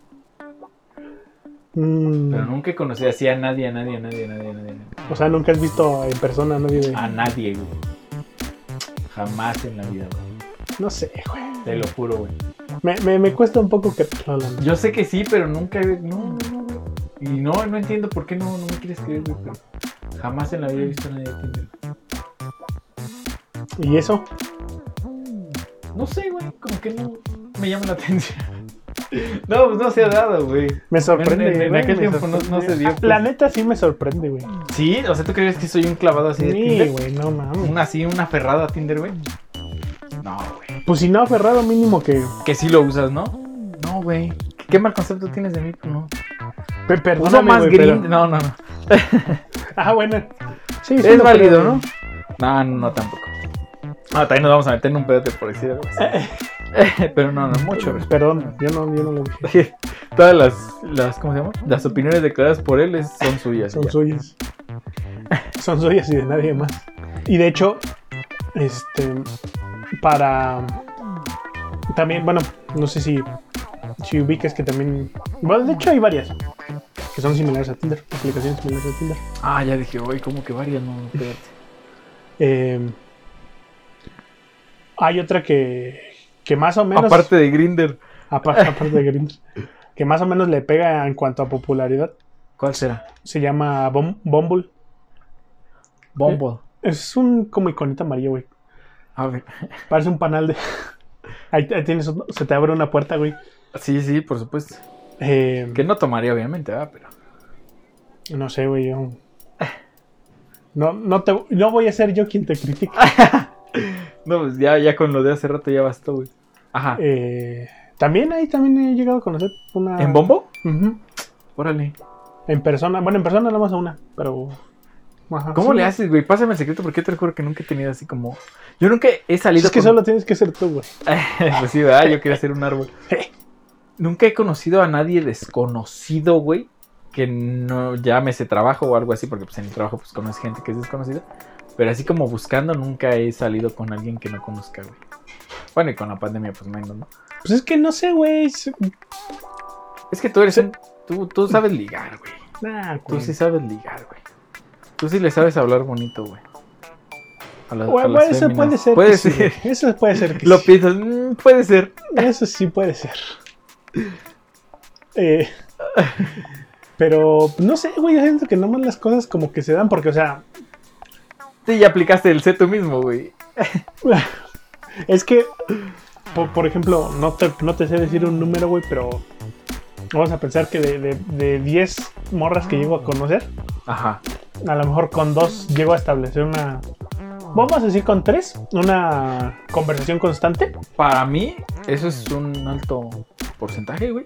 B: Mm,
A: Pero nunca conocí así a nadie, a nadie, a nadie, a nadie, a nadie.
B: O sea, nunca has visto en persona a nadie de.
A: A nadie, güey. Jamás en la vida, güey.
B: No sé, güey.
A: Te lo juro, güey.
B: Me, me, me cuesta un poco creerlo, la neta.
A: Yo sé que sí, pero nunca. he- No, no, no, güey. Y no, no entiendo por qué no, no me quieres creer, güey. Pero jamás en la vida he visto a nadie de Tinder.
B: ¿Y eso?
A: No sé, güey, como que no me llama la atención. No, pues no se ha dado, güey.
B: Me sorprende.
A: En- en- en
B: güey,
A: aquel
B: me Ah,
A: tiempo no- no se dio, pues.
B: La neta sí me sorprende, güey.
A: Sí, o sea, ¿tú crees que soy un clavado así de
B: Sí,
A: Tinder?
B: güey, no mames.
A: Un así, una aferrada a Tinder, güey. No, güey.
B: Pues si no aferrado mínimo que.
A: Que sí lo usas, ¿no? No, güey. ¿Qué, qué mal concepto tienes de mí, pues no.
B: Pe
A: Uso
B: perdóname,
A: más
B: güey,
A: green.
B: pero-
A: No, no, no.
B: Ah, bueno. Sí, sí
A: Es
B: lo
A: válido,
B: creo,
A: ¿no?
B: güey.
A: No, no, no, tampoco. Ah, también nos vamos a meter en un pedote por decir algo así. Pero no, no, mucho, güey.
B: Perdón, yo no, yo no lo dije.
A: Todas las, las, ¿cómo se llama? Las opiniones declaradas por él es- son suyas.
B: Son
A: ya.
B: suyas. Son suyas y de nadie más. Y de hecho, este. Para. También, bueno, no sé si. Si ubicas que también. Bueno, de hecho hay varias. Que son similares a Tinder. Aplicaciones similares a Tinder.
A: Ah, ya dije, güey, como que varias, no, no, espérate.
B: Eh, hay otra que. Que más o menos.
A: Aparte de Grinder.
B: apar- aparte de Grindr, Que más o menos le pega en cuanto a popularidad.
A: ¿Cuál será?
B: Se llama Bum- Bumble.
A: Bumble.
B: Es un como iconita amarilla, güey.
A: A ver.
B: Parece un panal de. Ahí, ahí tienes, otro- se te abre una puerta, güey.
A: Sí, sí, por supuesto.
B: Eh,
A: Que no tomaría, obviamente, ¿verdad? Pero.
B: no sé, güey. yo- No, no, te, no voy a ser yo quien te critique.
A: Ah. No, pues ya, ya con lo de hace rato ya bastó, güey. Ajá.
B: Eh, también ahí también he llegado a conocer una.
A: ¿En Bombo?
B: Ujú.
A: ah. Órale.
B: En persona. Bueno, en persona nada más a una, pero. ajá,
A: ¿Cómo
B: sí.
A: le haces, güey? Pásame el secreto porque yo te lo juro que nunca he tenido así como. Yo nunca he salido.
B: Es que
A: con-
B: solo tienes que ser tú, güey.
A: pues sí, ¿verdad? Yo quería ser un árbol. nunca he conocido a nadie desconocido, güey. Que no llámese trabajo o algo así, porque pues en el trabajo pues conoces gente que es desconocida. Pero así como buscando, nunca he salido con alguien que no conozca, güey. Bueno, y con la pandemia, pues menos, ¿no?
B: Pues es que no sé, güey. es-
A: Es que tú eres un- Tú, tú sabes ligar, güey.
B: Nah,
A: Tú
B: güey.
A: sí sabes ligar, güey. Tú sí le sabes hablar bonito, güey. A las-
B: Güey,
A: a
B: güey,
A: las
B: eso
A: féminas.
B: puede ser. que
A: Puede
B: sí,
A: ser.
B: güey. Eso puede ser. que
A: Lo
B: sí.
A: piensas, mm, puede ser.
B: Eso sí puede ser. Eh, pero no sé, güey, yo siento que nomás las cosas como que se dan porque, o sea,
A: Sí, ya aplicaste el C tú mismo, güey.
B: es que, por, por ejemplo, no te, no te sé decir un número, güey, pero vamos a pensar que de, de- de 10 morras que llego a conocer,
A: Ajá.
B: a lo mejor con dos llego a establecer una... Vamos a decir con tres, una conversación constante.
A: Para mí,
B: Mm.
A: eso es un alto porcentaje, güey.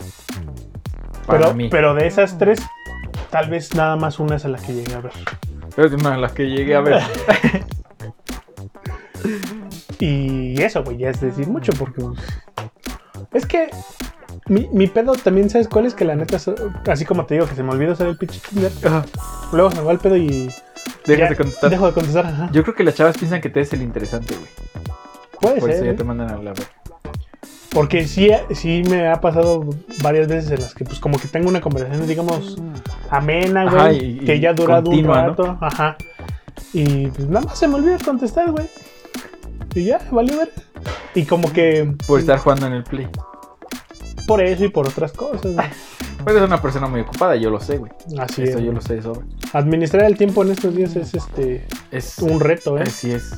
A: Para
B: Pero,
A: mí.
B: pero de esas tres, tal vez nada más una es a la que llegué a ver.
A: Es una de las que llegué a ver.
B: Y eso, güey, ya es decir mucho porque... pues, Es que mi, mi pedo también, ¿sabes cuál es? Que la neta, so- así como te digo, que se me olvidó hacer el pinche Tinder,
A: Ajá.
B: luego se me va el pedo y...
A: Dejas
B: ya
A: de contestar.
B: Dejo de contestar, ajá.
A: Yo creo que las chavas piensan que te es el interesante, güey.
B: Puede
A: Por eso
B: ser,
A: ya
B: ¿eh?
A: te mandan a hablar. güey.
B: porque sí, sí me ha pasado varias veces en las que pues como que tengo una conversación, digamos, amena,
A: Ajá,
B: güey,
A: y-
B: que
A: y
B: ya ha durado
A: continua,
B: un
A: ¿no?
B: rato, ajá. Y pues nada más se me olvida contestar, güey. Y ya, valió ver. Y como que
A: Por estar jugando en el play.
B: por eso y por otras cosas, güey.
A: Pero eres una persona muy ocupada, yo lo sé, güey.
B: Así es.
A: Eso yo lo sé de sobra.
B: Administrar el tiempo en estos días es este
A: Es.
B: un reto, ¿eh?
A: Así es.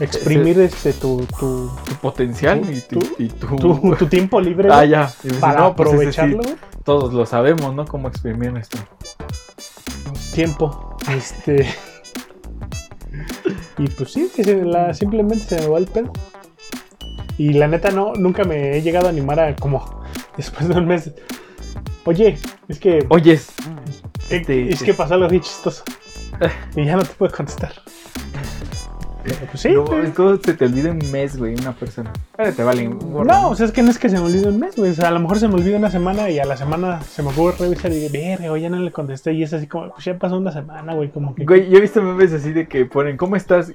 B: Exprimir este tu tu,
A: Tu potencial
B: Tú-
A: y tu.
B: tú-
A: y tu-
B: tu, tu tiempo libre
A: Ah,
B: güey,
A: ya. Y me dice,
B: para
A: no, pues, ese sí,
B: aprovecharlo, güey.
A: todos lo sabemos, ¿no? Cómo exprimir nuestro.
B: tiempo. Este y pues sí, que se la, simplemente se me va el pedo. Y la neta no, nunca me he llegado a animar a como después de un mes. Oye, es que
A: Oyes.
B: eh,
A: te-
B: es que pasó algo bien chistoso. Y ya no te puedo contestar. Pero, pues, sí,
A: Eh, No,
B: güey.
A: es como se te olvida un mes, güey, una persona. Pero te vale. gorro.
B: No, o sea, es que no es que se me olvide un mes, güey. O sea, a lo mejor se me olvida una semana y a la semana se me ocurre revisar y digo, verga, güey, ya no le contesté. Y es así como, pues ya pasó una semana, güey, como que.
A: Güey, yo he visto memes así de que ponen, ¿cómo estás?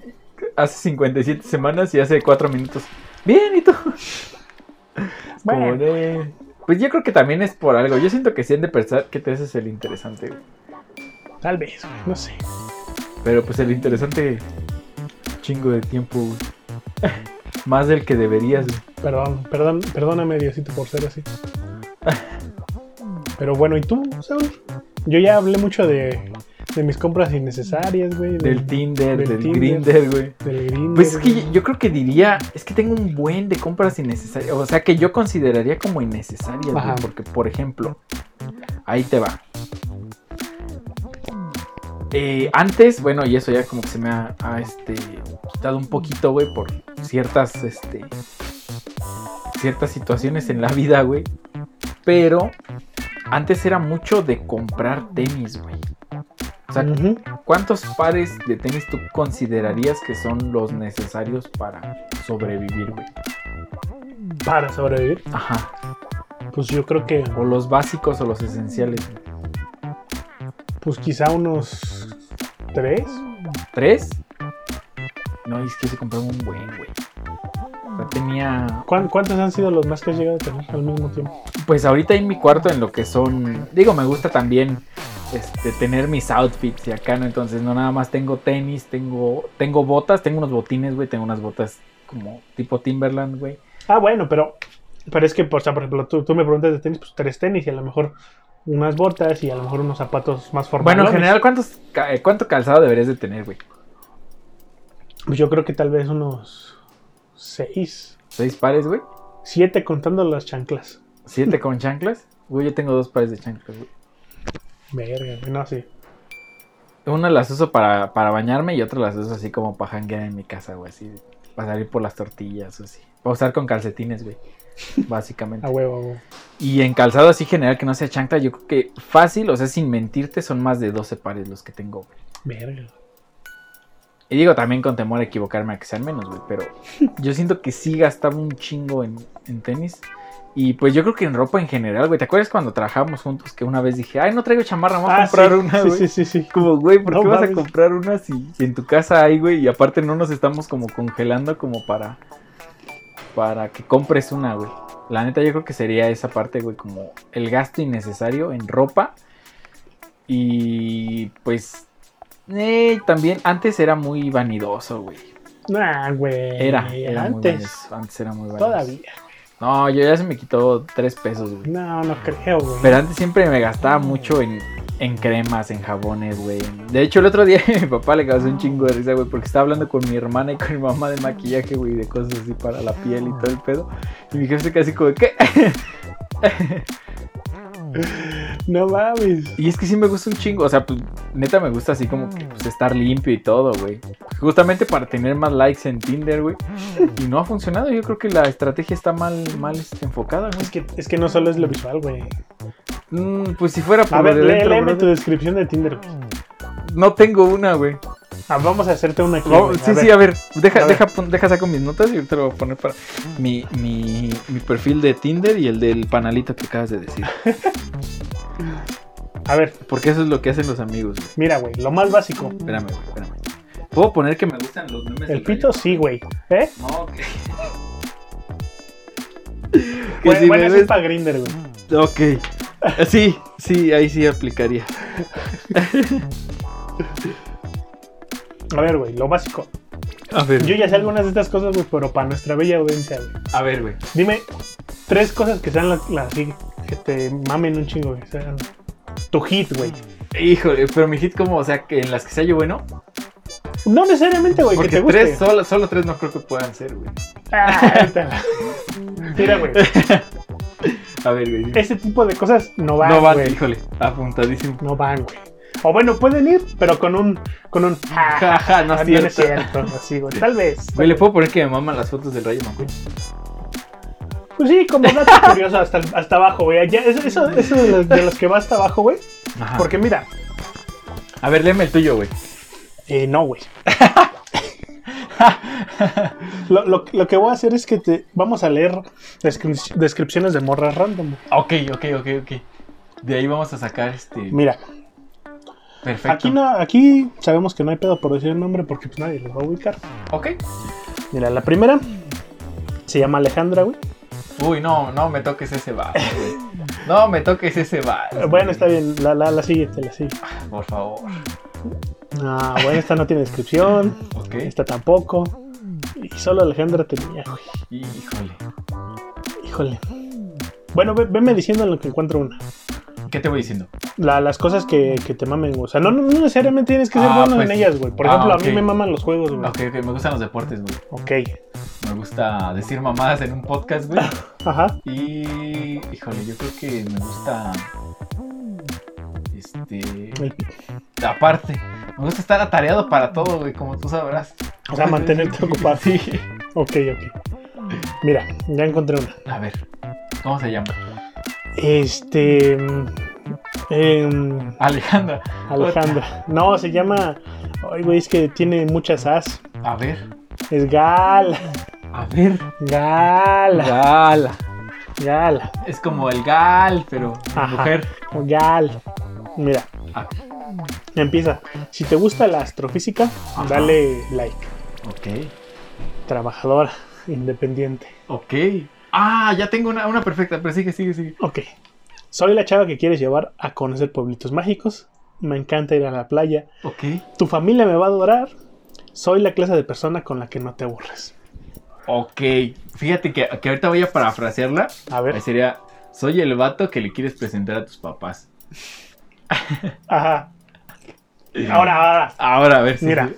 A: Hace 57 semanas y hace 4 minutos. Bien, ¿y tú? Es como
B: Bueno.
A: de- Pues yo creo que también es por algo. Yo siento que sí han de pensar que te haces el interesante, güey.
B: Tal vez, güey, no sé.
A: Pero pues el interesante chingo de tiempo, güey. Más del que deberías, güey.
B: Perdón, perdón, perdóname, Diosito, por ser así. Pero bueno, ¿y tú, Saúl? Yo ya hablé mucho de, de mis compras innecesarias, güey.
A: Del Tinder,
B: del
A: del,
B: Tinder.
A: Grinder, güey.
B: Del Grindr,
A: Pues es que
B: güey.
A: yo- yo creo que diría, es que tengo un buen de compras innecesarias, o sea que yo consideraría como innecesarias, güey,
B: Ajá.
A: porque por ejemplo, ahí te va. Eh, antes, bueno, y eso ya como que se me ha, ha, este, quitado un poquito, güey, por ciertas, este, ciertas situaciones en la vida, güey. Pero antes era mucho de comprar tenis, güey. O sea,
B: Ujú.
A: ¿Cuántos pares de tenis tú considerarías que son los necesarios para sobrevivir, güey?
B: Para sobrevivir,
A: Ajá.
B: pues yo creo que,
A: O los básicos o los esenciales. güey.
B: pues quizá unos tres.
A: ¿Tres? No, es que se compró un buen, güey. O sea, tenía.
B: ¿Cuán- ¿Cuántos han sido los más que has llegado a tener al mismo tiempo?
A: Pues ahorita en mi cuarto, en lo que son. Digo, me gusta también este, tener mis outfits y acá, ¿no? Entonces, no nada más tengo tenis, tengo, tengo botas, tengo unos botines, güey, tengo unas botas como tipo Timberland, güey.
B: Ah, bueno, pero, pero es que, por, o sea, por ejemplo, tú, tú me preguntas de tenis, pues tres tenis y a lo mejor unas botas y a lo mejor unos zapatos más formales.
A: Bueno, en general, ¿cuántos, ca- eh, ¿cuánto calzado deberías de tener, güey?
B: Pues yo creo que tal vez unos seis,
A: ¿Seis pares, güey?
B: siete contando las chanclas.
A: ¿Siete con chanclas? Güey, yo tengo dos pares de chanclas, güey.
B: Verga, güey, no, sí.
A: Una las uso para, para bañarme y otra las uso así como para janguear en mi casa, güey. Así, para salir por las tortillas o así. Para usar con calcetines, güey.
B: A
A: Básicamente.
B: huevo, a huevo.
A: Y en calzado así general que no sea chancla, yo creo que fácil, o sea, sin mentirte, son más de 12 pares los que tengo, güey.
B: Verga.
A: Y digo también con temor a equivocarme a que sean menos, güey. Pero yo siento que sí gastaba un chingo en, en tenis. Y pues yo creo que en ropa en general, güey. ¿Te acuerdas cuando trabajábamos juntos que una vez dije, ay, no traigo chamarra, vamos a
B: Ah, sí,
A: comprar una,
B: sí,
A: güey?
B: sí, sí, sí.
A: Como, güey, ¿por
B: No
A: qué vas a
B: mames.
A: comprar una si en tu casa hay, güey? Y aparte no nos estamos como congelando como para, para que compres una, güey. La neta yo creo que sería esa parte, güey, como el gasto innecesario en ropa. Y pues eh, también antes era muy vanidoso, güey.
B: Nah, güey.
A: Era, era muy
B: Eh, antes.
A: vanidoso, Antes era muy vanidoso.
B: Todavía.
A: No, yo ya se me quitó tres pesos, güey.
B: No, no creo, güey.
A: Pero antes siempre me gastaba mucho en, en cremas, en jabones, güey. De hecho, el otro día mi papá le causó un chingo de risa, güey, porque estaba hablando con mi hermana y con mi mamá de maquillaje, güey, de cosas así para la piel y todo el pedo. Y mi jefe se quedó así como, ¿qué?
B: No mames.
A: Y es que sí me gusta un chingo, o sea, pues, neta me gusta así como que pues, estar limpio y todo, güey. Justamente para tener más likes en Tinder, güey. Y no ha funcionado, yo creo que la estrategia está mal, mal este, enfocada, güey.
B: Es que, es que no solo es lo visual, güey.
A: Mm, pues si fuera por
B: A
A: lo
B: ver,
A: de
B: lee-
A: dentro,
B: léeme tu
A: brother,
B: descripción de Tinder. güey.
A: no tengo una, güey.
B: Ah, vamos a hacerte una aquí.
A: No,
B: güey.
A: sí,
B: A
A: sí,
B: ver.
A: a ver, deja,
B: A ver.
A: deja, pon- deja saco mis notas y ahorita lo voy a poner para mi, mi, mi perfil de Tinder y el del panalito que acabas de decir.
B: A ver,
A: Porque eso es lo que hacen los amigos, güey.
B: mira, güey, lo más básico.
A: Espérame, güey, espérame. ¿Puedo poner que me gustan los memes?
B: El
A: del
B: pito sí, güey. ¿Eh?
A: rayo? No, que... que
B: Bueno,
A: si
B: bueno,
A: me
B: ese
A: ves-
B: es para Grinder, güey.
A: Ok. Sí, sí, ahí sí aplicaría.
B: A ver, güey, lo básico.
A: A ver,
B: Yo ya sé algunas de estas cosas, güey, pero para nuestra bella audiencia, güey.
A: a ver, güey.
B: Dime tres cosas que sean las las así que te mamen un chingo, güey. Sean tu hit, güey.
A: Híjole, pero mi hit como, o sea, que en las que sea yo bueno.
B: No necesariamente, güey, que te
A: Porque
B: guste.
A: tres, solo, solo tres no creo que puedan ser, güey.
B: Ah, ahí está. Mira, güey,
A: A ver, güey. dime.
B: ese tipo de cosas no van,
A: no van,
B: güey.
A: híjole, apuntadísimo.
B: No van, güey. O bueno, pueden ir, pero con un... Con un... ja,
A: Jaja, no
B: Ah,
A: es
B: no es
A: cierto.
B: cierto, así, güey. Tal vez.
A: Güey, le puedo poner que me maman las fotos del Rayo McQueen.
B: Pues sí, como dato curioso, hasta, hasta abajo, güey. Ya, eso, eso, eso de, los, de los que va hasta abajo, güey.
A: Ajá.
B: Porque mira,
A: A ver, léeme el tuyo, güey.
B: eh, no, güey. Lo, lo- lo que voy a hacer es que te vamos a leer descrip- descripciones de morras random.
A: Ok, ok, ok, ok. De ahí vamos a sacar este.
B: Mira,
A: Perfecto.
B: aquí, no, aquí sabemos que no hay pedo por decir el nombre porque pues, nadie los va a ubicar.
A: Ok.
B: Mira, la primera se llama Alejandra, güey.
A: Uy, no, no me toques ese bar. güey. No me toques ese bar.
B: Eh, Bueno, está bien, la, la, la siguiente, la siguiente.
A: Por favor.
B: Ah, bueno, esta no tiene descripción,
A: Ok.
B: esta tampoco. Y solo Alejandra tenía, güey.
A: Híjole.
B: Híjole. Bueno, ve- venme diciendo en lo que encuentro una.
A: ¿Qué te voy diciendo?
B: La- las cosas que, que te mamen, güey. O sea, no, no no necesariamente tienes que ser
A: Ah,
B: bueno
A: pues.
B: en ellas, güey. Por
A: Ah,
B: ejemplo,
A: ok.
B: a mí me maman los juegos, güey.
A: Ok, ok, me gustan los deportes, güey.
B: Ok.
A: Me gusta decir mamadas en un podcast, güey.
B: Ajá.
A: Y. Híjole, yo creo que me gusta. Este.
B: El-
A: Aparte, me gusta estar atareado para todo, güey, como tú sabrás.
B: O sea, mantenerte ocupado.
A: Sí.
B: Ok, ok. Mira, ya encontré una.
A: A ver, ¿cómo se llama?
B: Este. mm, em,
A: Alejandra.
B: Alejandra. No, se llama. Ay, güey, es que tiene muchas as.
A: A ver,
B: Es Gala.
A: a ver.
B: Gala.
A: Gal.
B: Gala.
A: Es como el gal, pero de
B: Ajá.
A: mujer.
B: Gala. Mira,
A: Ah,
B: empieza. Si te gusta la astrofísica,
A: Ajá.
B: dale like.
A: ok,
B: Trabajadora, independiente.
A: ok. Ah, ya tengo una, una perfecta, pero sigue, sigue, sigue.
B: Ok. Soy la chava que quieres llevar a conocer pueblitos mágicos. Me encanta ir a la playa.
A: Ok.
B: Tu familia me va a adorar. Soy la clase de persona con la que no te aburres.
A: Ok. Fíjate que, que ahorita voy a parafrasearla.
B: A ver.
A: Ahí sería, soy el vato que le quieres presentar a tus papás.
B: Ajá. Eh, Ahora, ahora.
A: Ahora, a ver. sí,
B: Mira.
A: sí.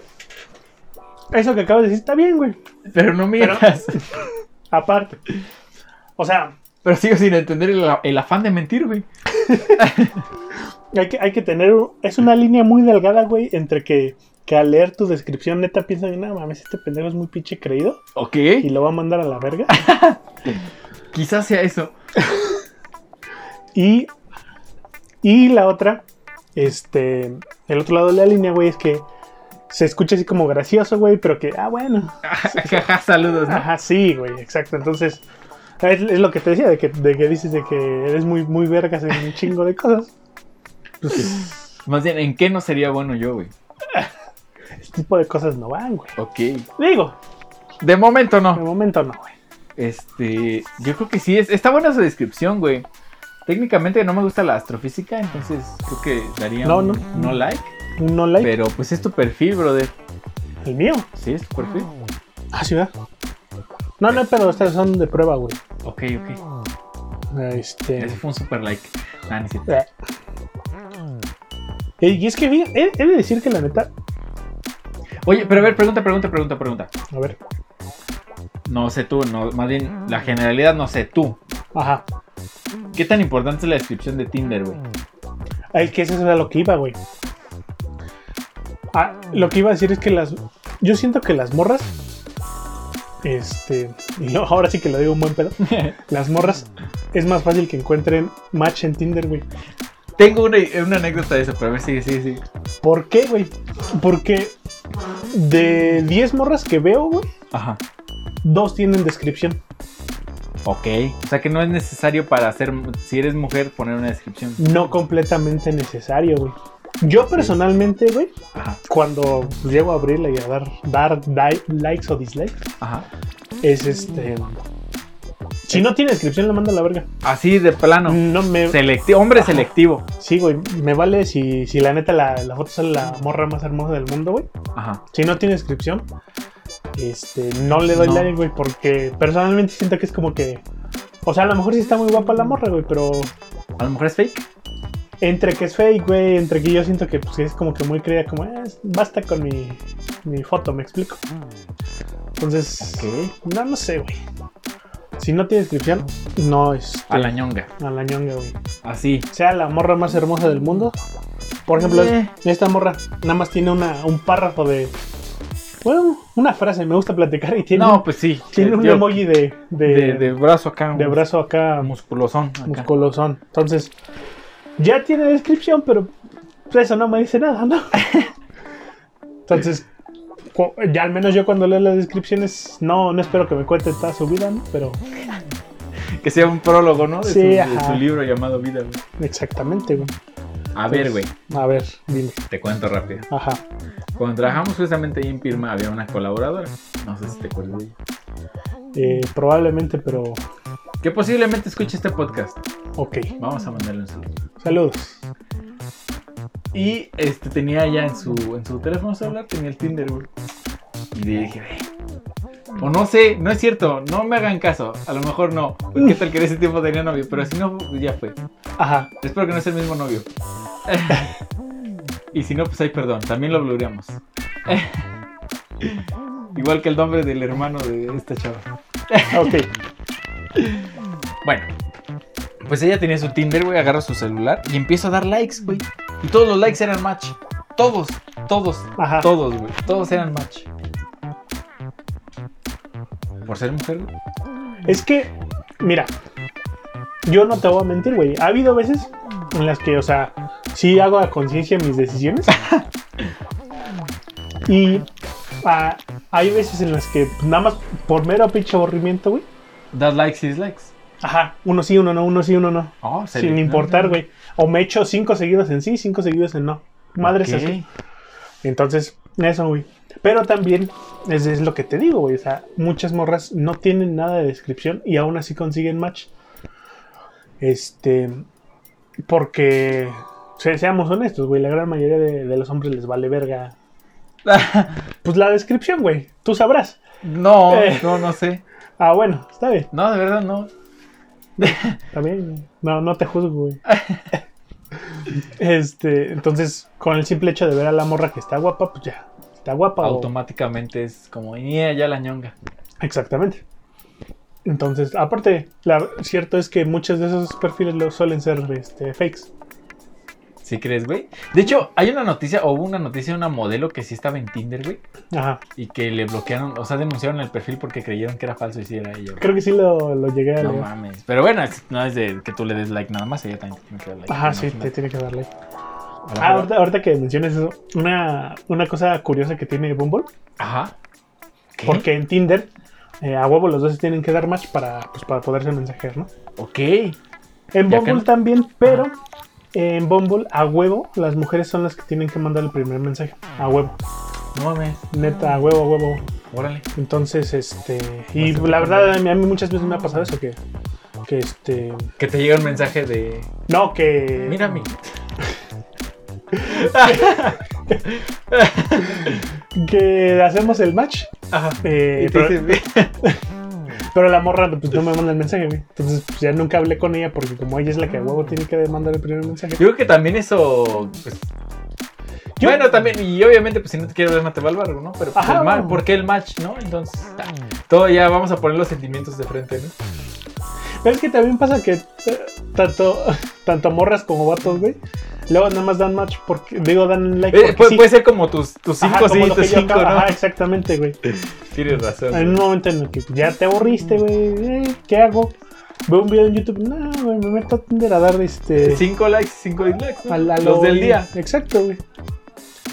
B: Eso que acabas de decir está bien, güey.
A: Pero no miras. Pero,
B: Aparte. O sea,
A: sigo sin entender el, el afán de mentir, güey.
B: hay que, hay que tener... un- Es una línea muy delgada, güey, entre que, que al leer tu descripción neta piensan, no mames, este pendejo es muy pinche creído
A: Ok.
B: y lo va a mandar a la verga.
A: Quizás sea eso.
B: Y, y la otra, este, el otro lado de la línea, güey, es que se escucha así como gracioso, güey, pero que, ah, bueno,
A: Jaja, saludos. ¿no?
B: ajá, sí, güey, exacto. Entonces, es, es lo que te decía, de que, de que dices de que eres muy, muy vergas en un chingo de cosas.
A: Más bien, ¿en qué no sería bueno yo, güey?
B: Este tipo de cosas no van, güey.
A: Ok.
B: Digo,
A: De momento
B: de
A: no.
B: momento no, güey.
A: Este, yo creo que sí, es, está buena su descripción, güey. Técnicamente no me gusta la astrofísica, entonces creo que daría
B: No,
A: un
B: no.
A: no like.
B: Un No like,
A: Pero pues es tu perfil, brother.
B: el mío.
A: Sí, es tu perfil.
B: Ah, sí, ¿verdad? No, no, pero estas son de prueba, güey.
A: Ok, ok.
B: Este.
A: Ese fue un super like. Ah, Nah, ni siquiera.
B: Eh, Y es que, fíjate, he, he de decir que la neta,
A: Oye, pero a ver, pregunta, pregunta, pregunta, pregunta.
B: a ver,
A: No sé tú, no, más bien la generalidad no sé tú.
B: ajá.
A: ¿Qué tan importante es la descripción de Tinder, güey?
B: Ay, que eso era lo que iba, güey. Ah, lo que iba a decir es que las. Yo siento que las morras. Este. y no, ahora sí que lo digo un buen pedo. Las morras es más fácil que encuentren match en Tinder, güey.
A: Tengo una, una anécdota de eso, pero a ver, sigue, sigue, sigue.
B: ¿Por qué, güey? Porque de 10 morras que veo, güey,
A: Ajá.
B: dos tienen descripción.
A: Ok. O sea que no es necesario para hacer, si eres mujer, poner una descripción.
B: No completamente necesario, güey. Yo personalmente, güey,
A: Ajá,
B: cuando llego a abrirla y a dar, dar di- likes o dislikes,
A: ajá.
B: es este. Si no tiene descripción, la mando a la verga.
A: Así de plano.
B: No me.
A: Selecti- hombre selectivo.
B: Sí, güey. Me vale si, si la neta la, la foto sale la morra más hermosa del mundo, güey.
A: Ajá.
B: Si no tiene descripción, este, no le doy
A: No.
B: like, güey, porque personalmente siento que es como que. O sea, a lo mejor sí está muy guapa la morra, güey, pero
A: A lo mejor es fake.
B: entre que es fake, güey, entre que yo siento que pues, es como que muy creída, como, "Ah, es- basta con mi, mi foto, me explico. Entonces,
A: Ok.
B: no, no sé, güey. Si no tiene descripción, no es.
A: A la ñonga.
B: A la ñonga, güey.
A: Así.
B: Sea la morra más hermosa del mundo. Por ejemplo,
A: Eh.
B: esta morra nada más tiene una, un párrafo de. Bueno, una frase, me gusta platicar y tiene,
A: No, pues sí.
B: tiene un
A: Yo-
B: emoji de, de,
A: de, de brazo acá.
B: de brazo acá
A: Musculosón. acá.
B: musculosón. Entonces, ya tiene descripción, pero eso no me dice nada, ¿no? Entonces, cu- ya al menos yo cuando leo las descripciones, no, no espero que me cuente toda su vida, ¿no? Pero
A: Que sea un prólogo, ¿no? De,
B: Sí,
A: su, de
B: ajá.
A: su libro llamado Vida, güey.
B: exactamente, güey.
A: A ver, güey,
B: A ver, dime.
A: te cuento rápido.
B: Ajá.
A: Cuando trabajamos justamente ahí en Pirma había una colaboradora. No sé si te acuerdas de ella.
B: Eh, probablemente, pero
A: Que posiblemente escuche este podcast.
B: ok.
A: Vamos a mandarle un saludo.
B: Saludos.
A: Y este tenía ya en su, en su teléfono celular, tenía el Tinder, güey. Y le dije, ve. O no sé, no es cierto, no me hagan caso. A lo mejor no. Porque ¿Qué tal que en ese tiempo tenía novio? Pero si no, pues ya fue.
B: Ajá.
A: Espero que no sea el mismo novio. y si no, pues hay perdón. También lo blureamos. Igual que el nombre del hermano de esta chava.
B: Ok.
A: Bueno, pues ella tenía su Tinder, güey, agarra su celular y empiezo a dar likes, güey. Y todos los likes eran match. Todos, todos,
B: Ajá.
A: todos, güey. Todos eran match. Por ser mujer, güey.
B: Es que, mira, yo no te voy a mentir, güey. Ha habido veces en las que, o sea, sí hago a conciencia mis decisiones. y ah, hay veces en las que nada más por mero pinche aburrimiento, güey.
A: das likes y dislikes.
B: Ajá, uno sí, uno no, uno sí, uno no.
A: Oh, se
B: sin
A: le-
B: importar, güey. O me echo cinco seguidos en sí, cinco seguidos en no. Madres
A: Ok.
B: así. Entonces, eso, güey. Pero también, es, es lo que te digo, güey. O sea, muchas morras no tienen nada de descripción y aún así consiguen match. Este. Porque. se- seamos honestos, güey. La gran mayoría de, de los hombres les vale verga. Pues la descripción, güey. Tú sabrás.
A: no,
B: Eh.
A: no, no sé.
B: Ah, bueno, está bien.
A: No, de verdad no.
B: Está bien. No, no te juzgo, güey. Este. Entonces, con el simple hecho de ver a la morra que está guapa, pues ya. Está guapa. o-
A: Automáticamente es como, "Nie, ya la ñonga.
B: Exactamente. Entonces, aparte, la, cierto es que muchos de esos perfiles lo suelen ser este, fakes.
A: ¿Sí crees, güey? De hecho, hay una noticia, o hubo una noticia de una modelo que sí estaba en Tinder, güey.
B: Ajá.
A: Y que le bloquearon, o sea, denunciaron el perfil porque creyeron que era falso y si era ella. güey.
B: Creo que sí lo, lo llegué a
A: No
B: leer.
A: mames. Pero bueno, es- no es de que tú le des like nada más, ella también tiene que dar like.
B: Ajá, sí,
A: imagínate.
B: te tiene que darle.
A: A lo
B: Ah,
A: mejor-
B: ahorita, ahorita que mencionas eso, una, una cosa curiosa que tiene Bumble,
A: Ajá. ¿Qué?
B: porque en Tinder, eh, a huevo los dos se tienen que dar match para, pues, para poderse mensajear, ¿no?
A: Ok.
B: En
A: Ya
B: Bumble
A: que-
B: también, pero en Bumble, a huevo, las mujeres son las que tienen que mandar el primer mensaje. A huevo.
A: No mames.
B: Neta, a huevo, a huevo.
A: Órale.
B: Entonces, este. Y
A: Bastante
B: la verdad, a mí, a mí muchas veces me ha pasado eso, que. Que este.
A: Que te llega un mensaje de.
B: No, que.
A: Mira a mí.
B: Que hacemos el match.
A: Ajá.
B: eh,
A: Y te
B: pero,
A: dice,
B: pero la morra pues, no me manda el mensaje, güey. Entonces, pues ya nunca hablé con ella, porque como ella es la que a huevo tiene que mandar el primer mensaje.
A: Yo creo que también eso. pues,
B: Yo-
A: Bueno, también, y obviamente, pues si no te quiero ver, no te va al barco, ¿no? Pero pues,
B: Ajá.
A: el mal, ¿por qué el match, no? Entonces, ah, todo ya vamos a poner los sentimientos de frente, ¿no?
B: Pero es que también pasa que eh, tanto, tanto morras como vatos, güey. Luego nada más dan match porque. Digo, dan like.
A: Eh,
B: porque
A: puede,
B: sí.
A: puede ser como tus, tus
B: Ajá,
A: cinco,
B: como
A: sí,
B: lo que
A: tus
B: yo
A: cinco,
B: acabo-
A: ¿no?
B: Ajá, exactamente, güey.
A: Tienes razón.
B: En un momento en el que ya te aburriste, güey, eh, ¿qué hago? Veo un video en YouTube, no, güey, me meto a Tinder a dar este.
A: Cinco likes, cinco dislikes. ¿no?
B: a la-
A: Los del día.
B: Exacto, güey.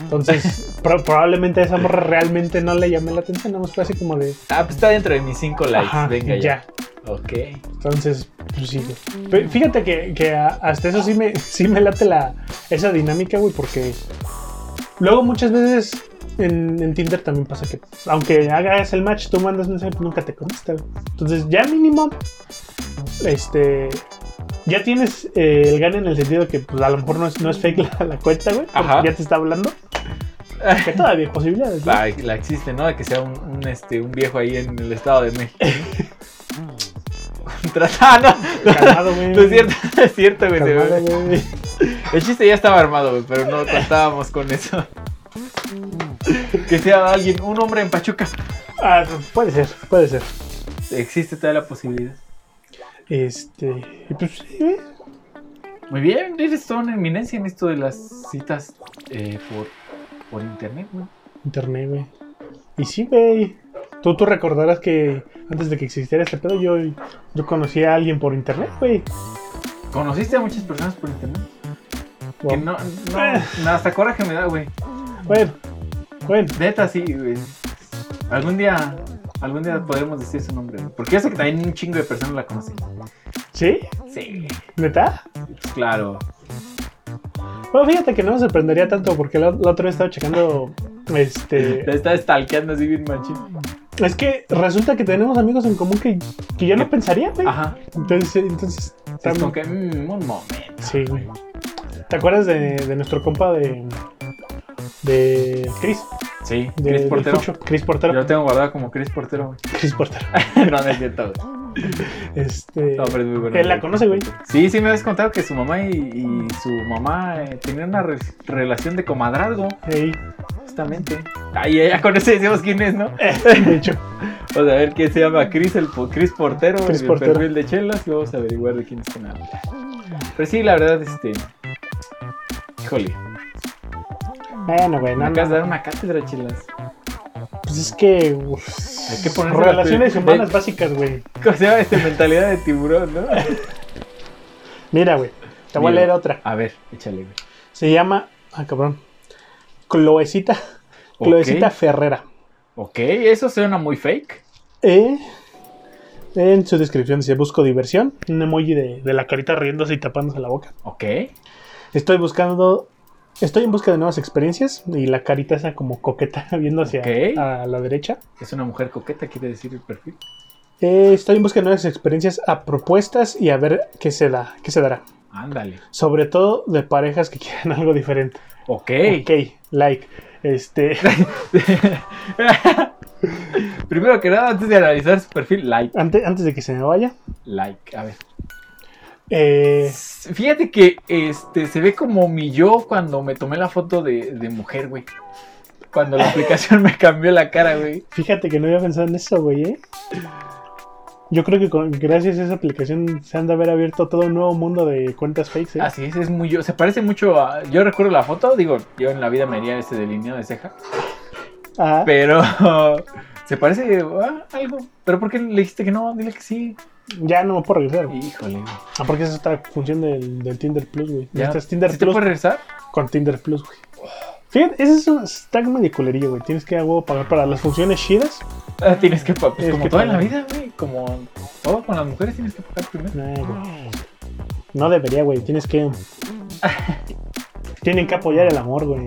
B: Entonces, pro- probablemente a esa morra realmente no le llamé la atención, nada más fue así como de.
A: Ah, pues está dentro de mis cinco likes.
B: ajá,
A: Venga
B: y
A: ya. Ok.
B: Entonces, pues sí, güey. Pe- Fíjate que, que a- hasta eso sí me, sí me late la, esa dinámica, güey, porque luego muchas veces en, en Tinder también pasa que, aunque hagas el match, tú mandas mensaje, pues nunca te contesta, güey. Entonces, ya mínimo, este, ya tienes eh, el gane en el sentido que, pues a lo mejor no es, no es fake la, la cuenta, güey, porque
A: Ajá. Ah.
B: ya te está hablando. Que todavía hay posibilidades, ¿no?
A: La, la existe, ¿no? De que sea un, un, este, un viejo ahí en el Estado de México. Contra- ah, no.
B: Calmado, güey.
A: No es cierto, es cierto, güey. se
B: Calmado,
A: ve.
B: güey.
A: El chiste ya estaba armado, güey, pero no contábamos con eso. Que sea alguien, un hombre en Pachuca.
B: Ah, puede ser, puede ser.
A: Existe toda la posibilidad.
B: Este, y pues sí, güey.
A: Muy bien, eres toda una eminencia en esto de las citas eh, por, por internet, güey.
B: Internet, güey. Y sí, güey. Tú, tú recordarás que antes de que existiera este pedo, yo, yo conocí a alguien por internet, güey.
A: Ah, ¿Conociste a muchas personas por internet? Que
B: Bueno,
A: no, no, no, hasta coraje me da, güey.
B: bueno, Bueno,
A: Neta, sí, güey. Algún día, algún día podremos decir su nombre, güey. Porque yo sé que también un chingo de personas la conocen.
B: ¿sí?
A: Sí,
B: ¿Neta?
A: pues claro.
B: Bueno, fíjate que no me sorprendería tanto porque la, la otra vez estaba checando.
A: La
B: Este.
A: está stalkeando así bien machín.
B: Es que resulta que tenemos amigos en común que, que yo no pensaría, güey.
A: Ajá.
B: Entonces, entonces.
A: Es
B: tam-
A: como que, mm, un momento.
B: Sí, güey. ¿Te acuerdas de, de nuestro compa de. de. Chris?
A: Sí,
B: De,
A: Chris
B: del
A: Portero.
B: Fucho, Chris
A: Yo
B: Portero.
A: lo tengo guardado como Chris Portero, güey.
B: Chris Portero.
A: no, no es cierto, güey.
B: Este.
A: No, pero es muy bueno.
B: Él la conoce, güey.
A: Sí, sí me habías contado que su mamá y, y su mamá eh, tenían una re- relación de comadrazgo,
B: Ey,
A: justamente. Ahí ya con eso decimos quién es, ¿no?
B: de hecho.
A: Vamos a ver quién se llama Chris, el po- Chris Portero,
B: Chris
A: el
B: Portero.
A: perfil de Chelas, y vamos a averiguar de quién es quién habla. Pero sí, la verdad, este... Híjole,
B: Bueno, güey,
A: me
B: no,
A: acabas
B: no.
A: de dar una cátedra, Chelas.
B: Pues es que. uf,
A: Hay que ponerse las
B: Relaciones
A: pilas.
B: humanas básicas, güey.
A: ¿Cómo se llama este? Mentalidad de tiburón, ¿no?
B: Mira, güey. Te voy a
A: Mira.
B: leer otra.
A: A ver, échale, güey.
B: Se llama. Ah, cabrón. Cloecita.
A: Ok.
B: Cloecita Ferrera.
A: Ok, eso suena muy fake.
B: Eh, en su descripción dice: Busco diversión. Un emoji de, de la carita riéndose y tapándose la boca.
A: Ok.
B: Estoy buscando. Estoy en busca de nuevas experiencias. Y la carita esa como coqueta viendo hacia
A: Ok.
B: a la derecha.
A: Es una mujer coqueta, quiere decir el perfil.
B: Eh, estoy en busca de nuevas experiencias a propuestas y a ver qué se da, qué se dará.
A: Ándale.
B: Sobre todo de parejas que quieran algo diferente.
A: Ok.
B: Ok, like. Este.
A: Primero que nada, antes de analizar su perfil, like,
B: Antes, antes de que se me vaya.
A: like, a ver.
B: Eh,
A: Fíjate que este se ve como mi yo cuando me tomé la foto de, de mujer, güey. Cuando la aplicación me cambió la cara, güey.
B: fíjate que no había pensado en eso, güey. ¿eh? Yo creo que con- gracias a esa aplicación se han de haber abierto todo un nuevo mundo de cuentas fakes. ¿eh?
A: Así es, es muy yo. Se parece mucho a. Yo recuerdo la foto, digo, yo en la vida me haría ese delineado de ceja.
B: Ah,
A: Pero se parece a algo. Pero ¿por qué le dijiste que no? Dile que sí.
B: ya no me puedo regresar. güey.
A: Híjole, güey.
B: Ah, porque esa es otra función del, del Tinder Plus, güey.
A: Ya.
B: Este es Tinder
A: ¿Sí te
B: Plus
A: puedes regresar?
B: con Tinder Plus, güey. Fíjate, ese es un stack medio culerillo, güey. Tienes que a huevo, pagar para las funciones chidas.
A: Ah, tienes que pagar.
B: Es
A: como
B: que
A: toda la
B: pagar.
A: vida, güey. Como todo con las mujeres tienes que pagar primero.
B: Nah, Eh, güey. No debería, güey. Tienes que. Tienen que apoyar el amor, güey.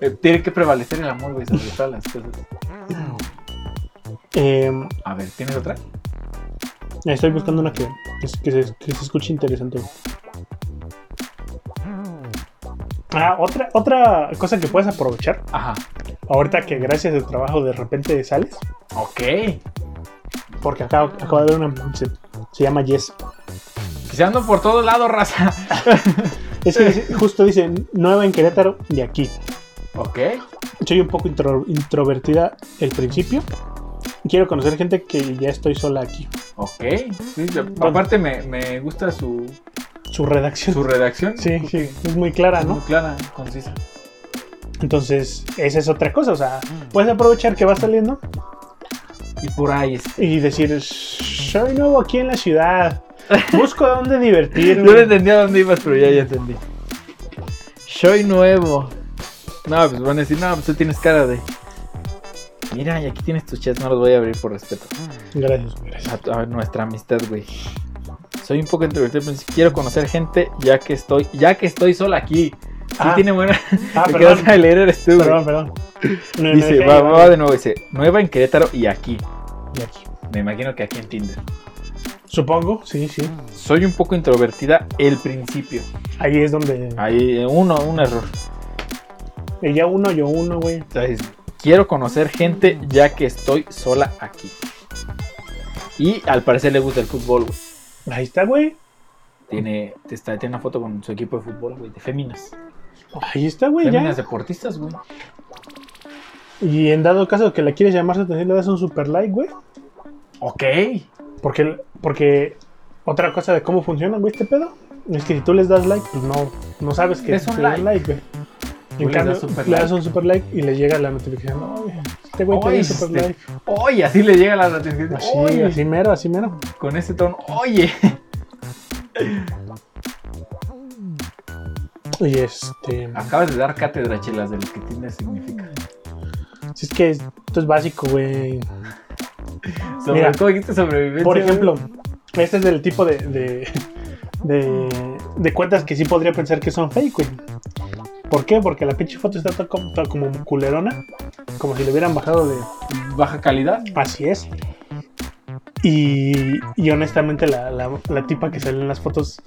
A: Eh, tiene que prevalecer el amor, güey, sobre todas las cosas.
B: Em,
A: A ver, ¿tienes otra?
B: estoy buscando una que, que, se, que se escuche interesante. güey. Ah, otra, otra cosa que puedes aprovechar.
A: Ajá.
B: Ahorita que gracias al trabajo de repente sales.
A: Ok.
B: Porque acá acabo de ver una. Se, se llama Yes.
A: Quizás ando por todos lados, raza.
B: Es que dice- justo dice nueva en Querétaro de aquí.
A: Ok.
B: Soy un poco intro- introvertida el principio. Quiero conocer gente que ya estoy sola aquí.
A: Ok. Sí, yo- aparte, me, me gusta su,
B: Su redacción.
A: su redacción.
B: Sí, sí, es muy clara,
A: Es muy
B: ¿no?
A: clara, concisa.
B: Entonces, esa es otra cosa, o sea, puedes aprovechar que va saliendo
A: Y por ahí es.
B: y decir, soy nuevo aquí en la ciudad, busco dónde
A: Yo no
B: divertirme.
A: entendía dónde ibas, pero ya, ya entendí. Soy nuevo. No, pues van a decir, no, pues tú tienes cara de. Mira, y aquí tienes tus chats, no los voy a abrir por respeto.
B: Gracias, gracias.
A: a, tu- a nuestra amistad, güey. Soy un poco introvertido, pero sí quiero conocer gente ya que estoy, ya que estoy sola aquí. Sí
B: Ah.
A: tiene buena.
B: Ah,
A: el que vas
B: perdón,
A: a leer eres tú, güey.
B: perdón, perdón. No, no,
A: Dice,
B: dejé
A: va,
B: ahí,
A: va de nuevo, dice, nueva en Querétaro y aquí.
B: y aquí.
A: Me imagino que aquí en Tinder.
B: Supongo, sí, sí.
A: Soy un poco introvertida el principio.
B: Ahí es donde...
A: Ahí, eh, uno, un error.
B: Ella uno, yo uno, güey.
A: Entonces, quiero conocer gente ya que estoy sola aquí. Y al parecer le gusta el fútbol, güey.
B: Ahí está, güey.
A: Tiene, está, tiene una foto con su equipo de fútbol, güey, de féminas.
B: Ahí está, güey,
A: Féminas
B: ya.
A: deportistas, güey.
B: Y en dado caso que la quieres llamar su atención, le das un super like, güey.
A: Ok.
B: Porque, porque otra cosa de cómo funciona, güey, este pedo, es que si tú les das like, pues no, no sabes que
A: Es un
B: te dan like, güey. En
A: les
B: cambio,
A: das super
B: le das
A: like.
B: un super like y le llega la notificación. Oye, este güey te
A: Oye,
B: dio super
A: este,
B: like.
A: Oye, así le llega la atención.
B: Así,
A: Oye,
B: así mero, así mero.
A: con ese tono. Oye.
B: Y este. este,
A: Ah. Acabas de dar cátedra, chelas, de lo que Tinder significa.
B: Es que esto es básico, güey.
A: Sobre,
B: Mira,
A: ¿Cómo dijiste sobrevivencia?
B: Por
A: güey?
B: ejemplo, este es del tipo de, de, de, de cuentas que sí podría pensar que son fake, güey. ¿Por qué? Porque la pinche foto está toda como, toda como culerona, como si le hubieran bajado de...
A: Baja calidad.
B: Así es. Y, y honestamente la, la, la tipa que sale en las fotos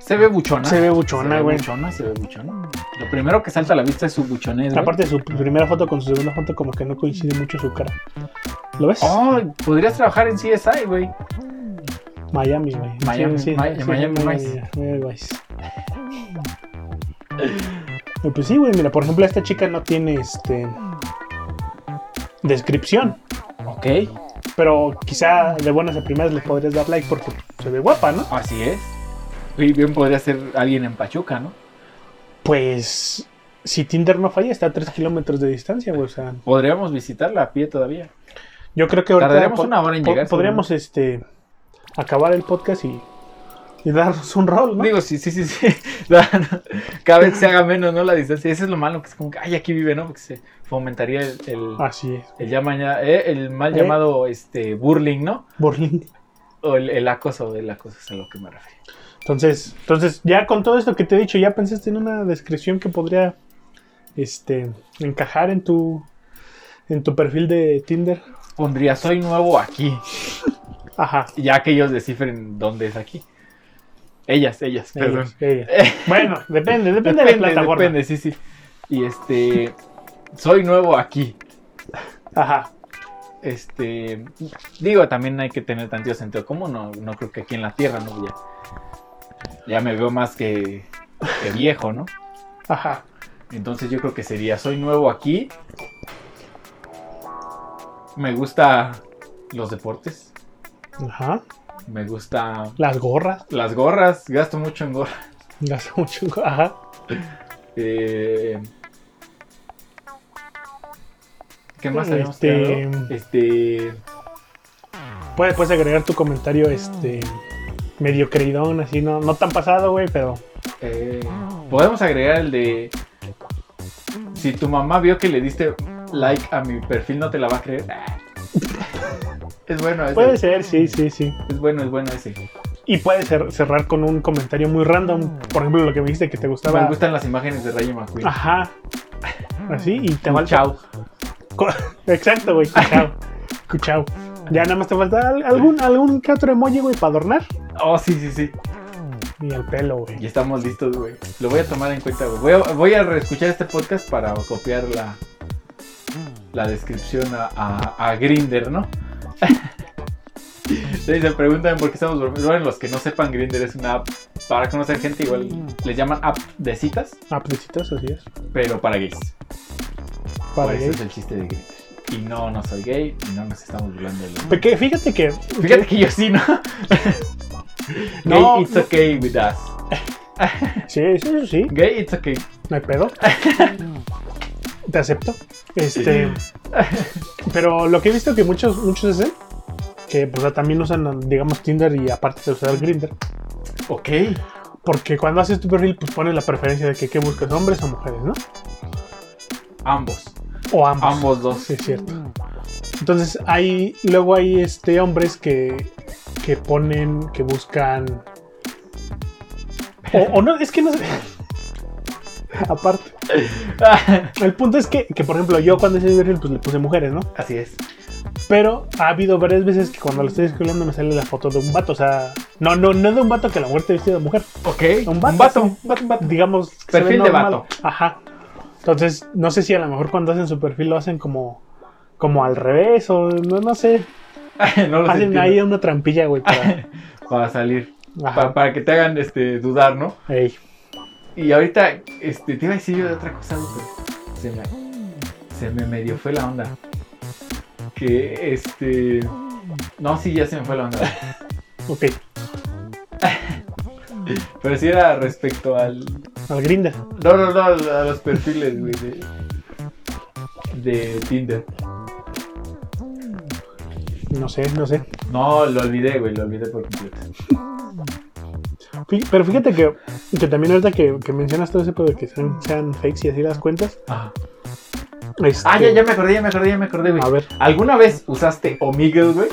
A: Se ve buchona.
B: se ve buchona,
A: Ah, Se ve
B: güey.
A: buchona, se ve buchona. Lo primero que salta a la vista es su buchonés. güey.
B: Aparte su primera foto con su segunda foto como que no coincide mucho su cara. ¿Lo ves?
A: Oh, podrías trabajar en CSI, güey.
B: Miami, güey.
A: Miami- Mi- Miami Vice.
B: Vice. Miami Vice. Pero Pues sí, güey, mira, por ejemplo, esta chica no tiene este descripción,
A: Ok,
B: pero quizá de buenas a primeras le podrías dar like porque se ve guapa, ¿no?
A: así es. Y bien podría ser alguien en Pachuca, ¿no?
B: Pues si Tinder no falla, está a 3 kilómetros de distancia, güey. O sea,
A: Podríamos visitarla a pie todavía.
B: yo creo que ahorita
A: Tardaremos
B: po-
A: una hora en
B: po-
A: llegar,
B: podríamos este acabar el podcast y, y darnos un rol, Pues ¿no?
A: Digo, sí, sí, sí, sí. La- no, Cada vez se haga menos, ¿no? La distancia. Eso es lo malo, que es como que, ay, aquí vive, ¿no? Porque se fomentaría el, el,
B: Así es.
A: el ya maña- eh, el mal
B: Eh.
A: llamado este burling, ¿no?
B: Borlín.
A: O el, el acoso, el acoso es a lo que me refiero.
B: Entonces, entonces, ya con todo esto que te he dicho, ya pensaste en una descripción que podría este, encajar en tu, en tu perfil de Tinder.
A: Pondría, soy nuevo aquí.
B: Ajá.
A: Ya que ellos descifren dónde es aquí. Ellas, ellas, perdón.
B: Ellos, ellas. Bueno, depende, depende, de la plataforma.
A: depende, sí, sí. Y este, soy nuevo aquí.
B: Ajá.
A: Este, digo, también hay que tener tanto sentido común. No, no creo que aquí en la tierra, ¿no? Ya, ya me veo más que, que viejo, ¿no?
B: Ajá.
A: Entonces yo creo que sería, soy nuevo aquí. Me gusta los deportes.
B: Ajá.
A: Me gusta
B: Las gorras.
A: las gorras. Gasto mucho en gorras.
B: Las mucho. Ajá.
A: Eh, ¿Qué más habíamos
B: Este-
A: quedado? Este.
B: Puedes, puedes agregar tu comentario, este. Medio creidón, así, no, no tan pasado, güey, pero.
A: eh, Podemos agregar el de. Si tu mamá vio que le diste like a mi perfil, no te la va a creer. Ah. Es bueno ese.
B: Puede ser, sí, sí, sí.
A: Es bueno, es bueno ese.
B: Y puedes cer- cerrar con un comentario muy random. Por ejemplo, lo que me dijiste que te gustaba.
A: Me gustan las imágenes de Rayo McQueen.
B: Ajá. Así y te
A: Como
B: falta.
A: chao.
B: co- Exacto, güey. Cuchao. Cuchao. Ya nada más te falta al- algún, algún que otro emoji, güey, para adornar.
A: Oh, sí, sí, sí.
B: Y el pelo, güey.
A: Y estamos listos, güey. Lo voy a tomar en cuenta, güey. Voy a, voy a reescuchar este podcast para copiar la, la descripción a, a, a Grinder, ¿no? Sí, se preguntan por qué estamos bromeando. Bueno, los que no sepan, Grinder es una app para conocer gente, igual les llaman app de citas,
B: Ah, pues, exitoso, así es.
A: pero para gays.
B: Para
A: Por eso
B: gay.
A: Pues, es el chiste de Grinder. Y no, no soy gay, y no nos estamos burlando de los
B: Porque fíjate que.
A: Fíjate que yo sí, ¿no?
B: No,
A: gay, it's
B: no.
A: okay with us.
B: Sí, sí, eso sí.
A: Gay, it's okay.
B: No hay pedo. Te acepto. Este. Pero lo que he visto que muchos, muchos hacen. Que pues también usan, digamos, Tinder y aparte de usar Grinder.
A: Ok.
B: Porque cuando haces tu perfil, pues pones la preferencia de que qué buscas, hombres o mujeres, ¿no?
A: Ambos.
B: O ambos.
A: Ambos dos.
B: Sí, es cierto. Entonces hay, luego hay este hombres que, que ponen, que buscan. O, o no, es que no sé. Aparte. El punto es que, que, por ejemplo, yo cuando hice el perfil, pues le puse mujeres, ¿no?
A: Así es.
B: Pero ha habido varias veces que cuando lo estoy escribiendo me sale la foto de un vato. O sea, no, no, no de un vato que la muerte vestida de mujer.
A: Ok.
B: Un vato.
A: Un
B: sí, un vato, Digamos. que se ve
A: Perfil de
B: normal.
A: vato.
B: Ajá. Entonces, no sé si a lo mejor cuando hacen su perfil lo hacen como. Como al revés, o no, no sé.
A: no lo
B: Hacen
A: entiendo.
B: ahí una trampilla, güey. Para...
A: Para salir. Pa-
B: Ajá.
A: para que te hagan este, dudar, ¿no?
B: Ey.
A: Y ahorita este, te iba a decir yo de otra cosa, güey, pero se me, se me medio fue la onda. Que este. No, sí, ya se me fue la onda.
B: Ok.
A: Pero sí era respecto al.
B: Al grinder.
A: No, no, no, a los perfiles, güey, de, de Tinder.
B: No sé, no sé.
A: No, lo olvidé, güey, lo olvidé por completo.
B: Fí- Pero fíjate que, que también ahorita que, que mencionas todo ese pedo de que sean, sean fakes y así las cuentas.
A: Ah,
B: Este,
A: Ah, ya, ya me acordé, ya me acordé, ya me acordé, güey.
B: A ver.
A: ¿Alguna vez usaste Omegle, güey?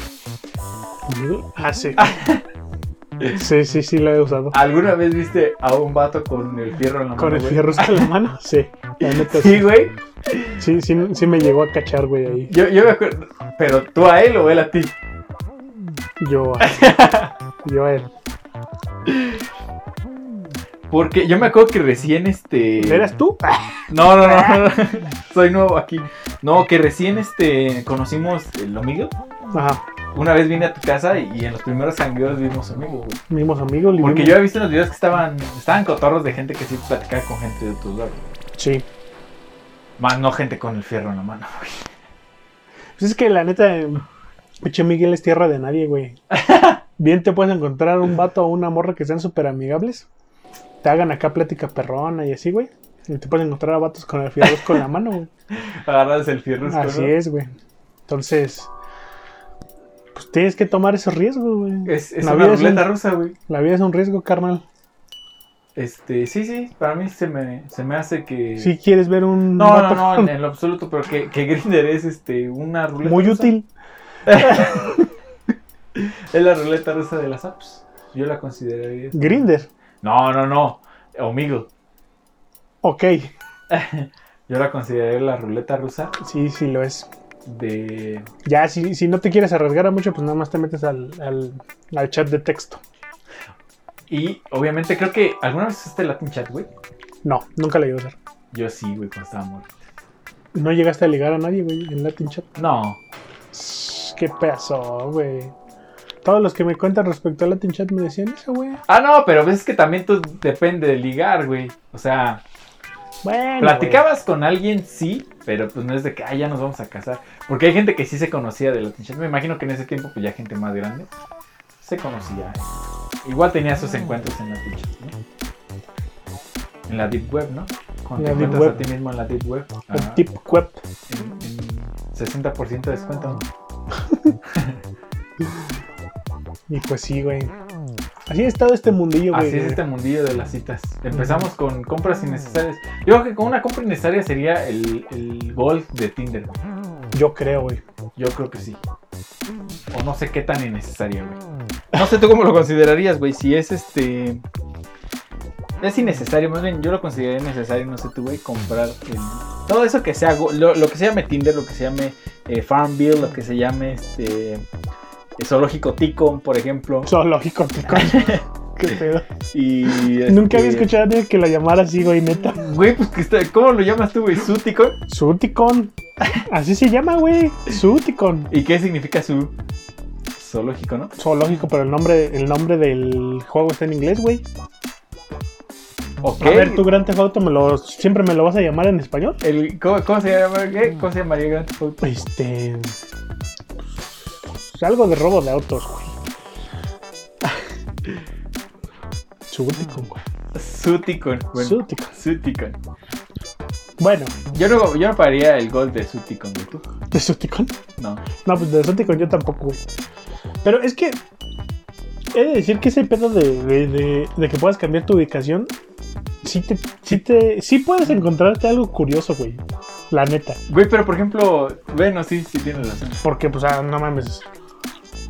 B: Ah, sí. sí, sí, sí, la he usado.
A: ¿Alguna vez viste a un vato con el fierro en la mano?
B: Con el
A: Ah, güey?
B: fierro en la mano, sí. La neta,
A: Sí,
B: sí.
A: güey.
B: Sí, sí, sí me llegó a cachar, güey, ahí.
A: Yo, yo me acuerdo. Pero tú a él o él a ti.
B: Yo a, yo a él.
A: Porque yo me acuerdo que recién este.
B: ¿Eras tú?
A: No, no, no, no. Soy nuevo aquí. No, que recién este conocimos el Omegle.
B: Ajá.
A: Una vez vine a tu casa y en los primeros sangueos vimos Omegle, güey.
B: Mismos amigos. li-
A: Porque
B: mismos-
A: yo había visto en los videos que estaban, estaban cotorros de gente que sí platicaba con gente de otros lados.
B: Sí.
A: Más no gente con el fierro en la mano.
B: Pues es que la neta, eh, pinche Miguel es tierra de nadie, güey. Bien te puedes encontrar un vato o una morra que sean súper amigables. Te hagan acá plática perrona y así, güey. Y te puedes encontrar a vatos con el fierro con la mano, güey.
A: Agarras el fierro.
B: Así
A: ¿no?
B: es, güey. Entonces, pues tienes que tomar esos riesgos, güey.
A: Es, es
B: La
A: una
B: vida es
A: ruleta
B: un-
A: rusa, güey.
B: La vida es un riesgo, carnal.
A: Este, sí, sí, para mí se me, se me hace que...
B: Si quieres ver un
A: No, no,
B: vato
A: no, en, en lo absoluto, pero que, que Grinder es este, una ruleta
B: muy
A: rusa.
B: útil,
A: Es la ruleta rusa de las apps. Yo la consideraría.
B: Grinder.
A: No, no, no. Omigo.
B: Ok,
A: Yo la consideraría la ruleta rusa
B: sí, sí lo es.
A: de...
B: Ya, si, si no te quieres arriesgar a mucho, pues nada más te metes al, al, al chat de texto.
A: Y obviamente creo que... ¿Alguna vez usaste Latin Chat, güey?
B: No, nunca la llegué a usar.
A: Yo sí, güey, cuando estaba morrito.
B: No llegaste a ligar a nadie, güey, en Latin Chat.
A: No.
B: Shh, ¿Qué pasó, güey? Todos los que me cuentan respecto a Latin Chat me decían eso, güey.
A: Ah, no, pero ves que también tú depende de ligar, güey. O sea,
B: Bueno.
A: platicabas con alguien, sí, pero pues no es de que, ah, ya nos vamos a casar. Porque hay gente que sí se conocía de Latin Chat. Me imagino que en ese tiempo, pues ya gente más grande se conocía. Igual tenía
B: Ah.
A: sus encuentros en Latin Chat, ¿no? En la Deep Web, ¿no? Cuando
B: La
A: te
B: Deep
A: encuentras a
B: Web.
A: ti mismo en la Deep Web.
B: güey.
A: Ajá.
B: El tip web.
A: En, en 60% de descuento. ¿no?
B: Y pues sí, güey. Así ha estado este mundillo, güey.
A: Así es este mundillo de las citas. Empezamos con compras
B: Ah.
A: innecesarias. Yo creo que con una compra innecesaria sería el, el gol de Tinder. güey.
B: Yo creo, güey.
A: Yo creo que sí. O no sé qué tan innecesaria, güey. No sé tú cómo lo considerarías, güey. Si es este. Es innecesario, más bien yo lo consideraría innecesario, no sé tú, güey, comprar el- todo eso que sea, go- lo, lo que se llame Tinder, lo que se llame eh, Farmville, lo que se llame este eh, Zoológico Ticon, por ejemplo.
B: Zoológico, tico. Qué pedo.
A: Y,
B: Nunca había
A: este,
B: escuchado a nadie que la llamara así, güey, neta.
A: Güey, pues que está, ¿cómo lo llamas tú, güey? ¿Suticon?
B: Suticon. Así se llama, güey. Suticon.
A: ¿Y qué significa su zoológico, no?
B: Zoológico, pero el nombre, el nombre del juego está en inglés, güey.
A: Ok.
B: A ver, tu Grand Theft Auto me lo, siempre me lo vas a llamar en español.
A: El- ¿cómo, cómo se llama? ¿Qué? ¿Cómo se llamaría Grand Theft Auto?
B: Este. pues, algo de robo de autos, güey. Suticon, güey.
A: Suticon. Bueno,
B: Suticon.
A: Suticon.
B: Bueno,
A: Yo no, yo no pagaría el gol de Suticon, güey, tú.
B: de Suticon.
A: No.
B: No, pues de Suticon yo tampoco, güey. Pero es que. He de decir que ese pedo de, de- de- de que puedas cambiar tu ubicación. Sí, te, sí, te, sí puedes encontrarte algo curioso, güey. La neta.
A: Güey, pero por ejemplo, bueno, sí, sí tienes razón.
B: Porque, pues, ah, no mames.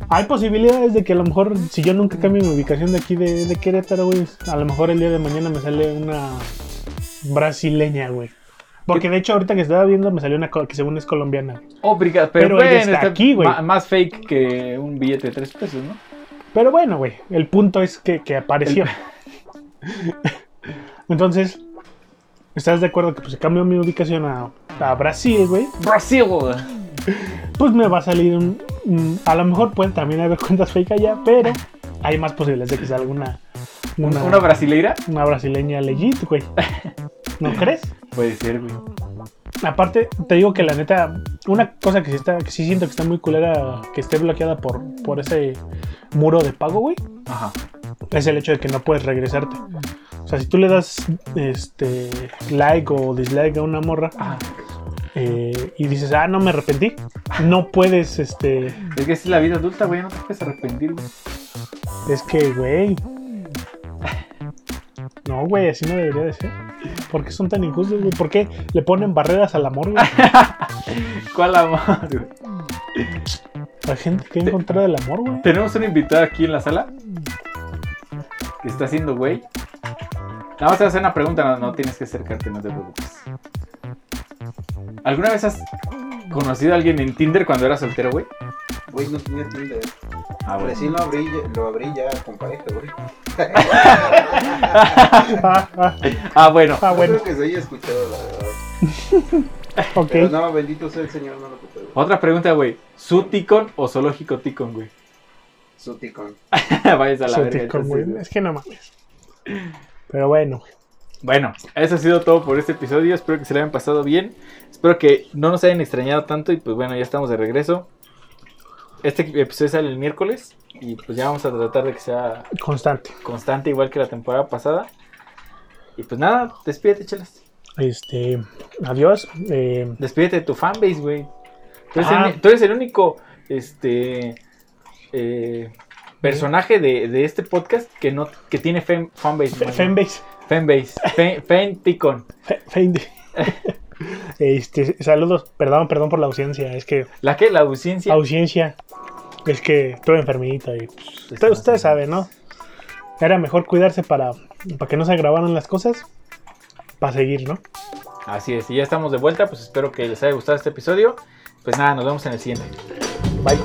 B: Hay posibilidades de que a lo mejor, si yo nunca cambio mi ubicación de aquí de, de Querétaro, güey, a lo mejor el día de mañana me sale una brasileña, güey. Porque de hecho, ahorita que estaba viendo, me salió una co- que según es colombiana. güey.
A: Obrigado, pero,
B: Pero ella
A: bueno,
B: está aquí, güey.
A: ma- Más fake que un billete de tres pesos, ¿no?
B: Pero bueno, güey, el punto es que, que apareció. Entonces, ¿estás de acuerdo que pues, si cambio mi ubicación a, a Brasil, güey?
A: Brasil.
B: Pues me va a salir un. un- a lo mejor pueden también haber cuentas fake allá, pero hay más posibilidades de que salga una.
A: ¿Una, una brasileira?
B: una brasileña legit, güey. ¿No crees?
A: Puede ser, güey.
B: Aparte, te digo que la neta, una cosa que sí, está, que sí siento que está muy culera, que esté bloqueada por, por ese muro de pago, güey,
A: Ajá.
B: es el hecho de que no puedes regresarte. O sea, si tú le das este like o dislike a una morra
A: Ajá.
B: eh, y dices, ah, no me arrepentí, no puedes, este,
A: Es que es la vida adulta, güey, no te puedes arrepentir, güey.
B: es que, güey. No, güey, así no debería de ser. ¿Por qué son tan injustos, güey? ¿Por qué le ponen barreras al amor, güey?
A: ¿Cuál amor? güey?
B: La gente que encontrar el amor, güey.
A: Tenemos un invitado aquí en la sala. ¿Qué está haciendo, güey? Nada más te voy a hacer una pregunta, no, no tienes que acercarte, no te preocupes. ¿Alguna vez has conocido a alguien en Tinder cuando eras soltero, güey?
C: Güey, no tenía Tinder.
A: Ah, bueno.
C: Recién lo abrí, lo abrí ya con pareja, güey.
B: Ah, ah,
A: Ah, bueno.
B: ah,
C: No
B: bueno,
C: creo que se haya escuchado, la verdad. Pero
B: ok.
C: no, bendito sea el Señor, no lo ocupé, güey.
A: Otra pregunta, güey. ¿Suticon o zoológico ticon, güey?
C: Su ticón.
A: Vayas a la verga.
B: Suticón,
A: entonces,
B: güey. Es que no mames. Pero bueno, güey.
A: Bueno, eso ha sido todo por este episodio. Espero que se lo hayan pasado bien. Espero que no nos hayan extrañado tanto. Y pues bueno, ya estamos de regreso. Este episodio sale el miércoles. Y pues ya vamos a tratar de que sea
B: constante.
A: constante, igual que la temporada pasada. Y pues nada, despídete, chelas.
B: Este, adiós. Eh,
A: Despídete de tu fanbase, güey. Tú, eres el
B: Ah.
A: uni- tú eres el único este, eh, personaje de, de este podcast que no que tiene fan- fanbase.
B: fe-
A: güey.
B: fanbase.
A: fanbase. Fan, fan ticon.
B: fe- fan- Este, saludos. Perdón, perdón por la ausencia. Es que,
A: ¿La que? La ausencia.
B: ausencia. Es que estuve enfermita y pues, Usted,
A: Este,
B: usted sabe, ¿no? Era mejor cuidarse para, para que no se agravaran las cosas. Para seguir, ¿no?
A: Así es, y ya estamos de vuelta, pues espero que les haya gustado este episodio. Pues nada, nos vemos en el siguiente.
B: Bye.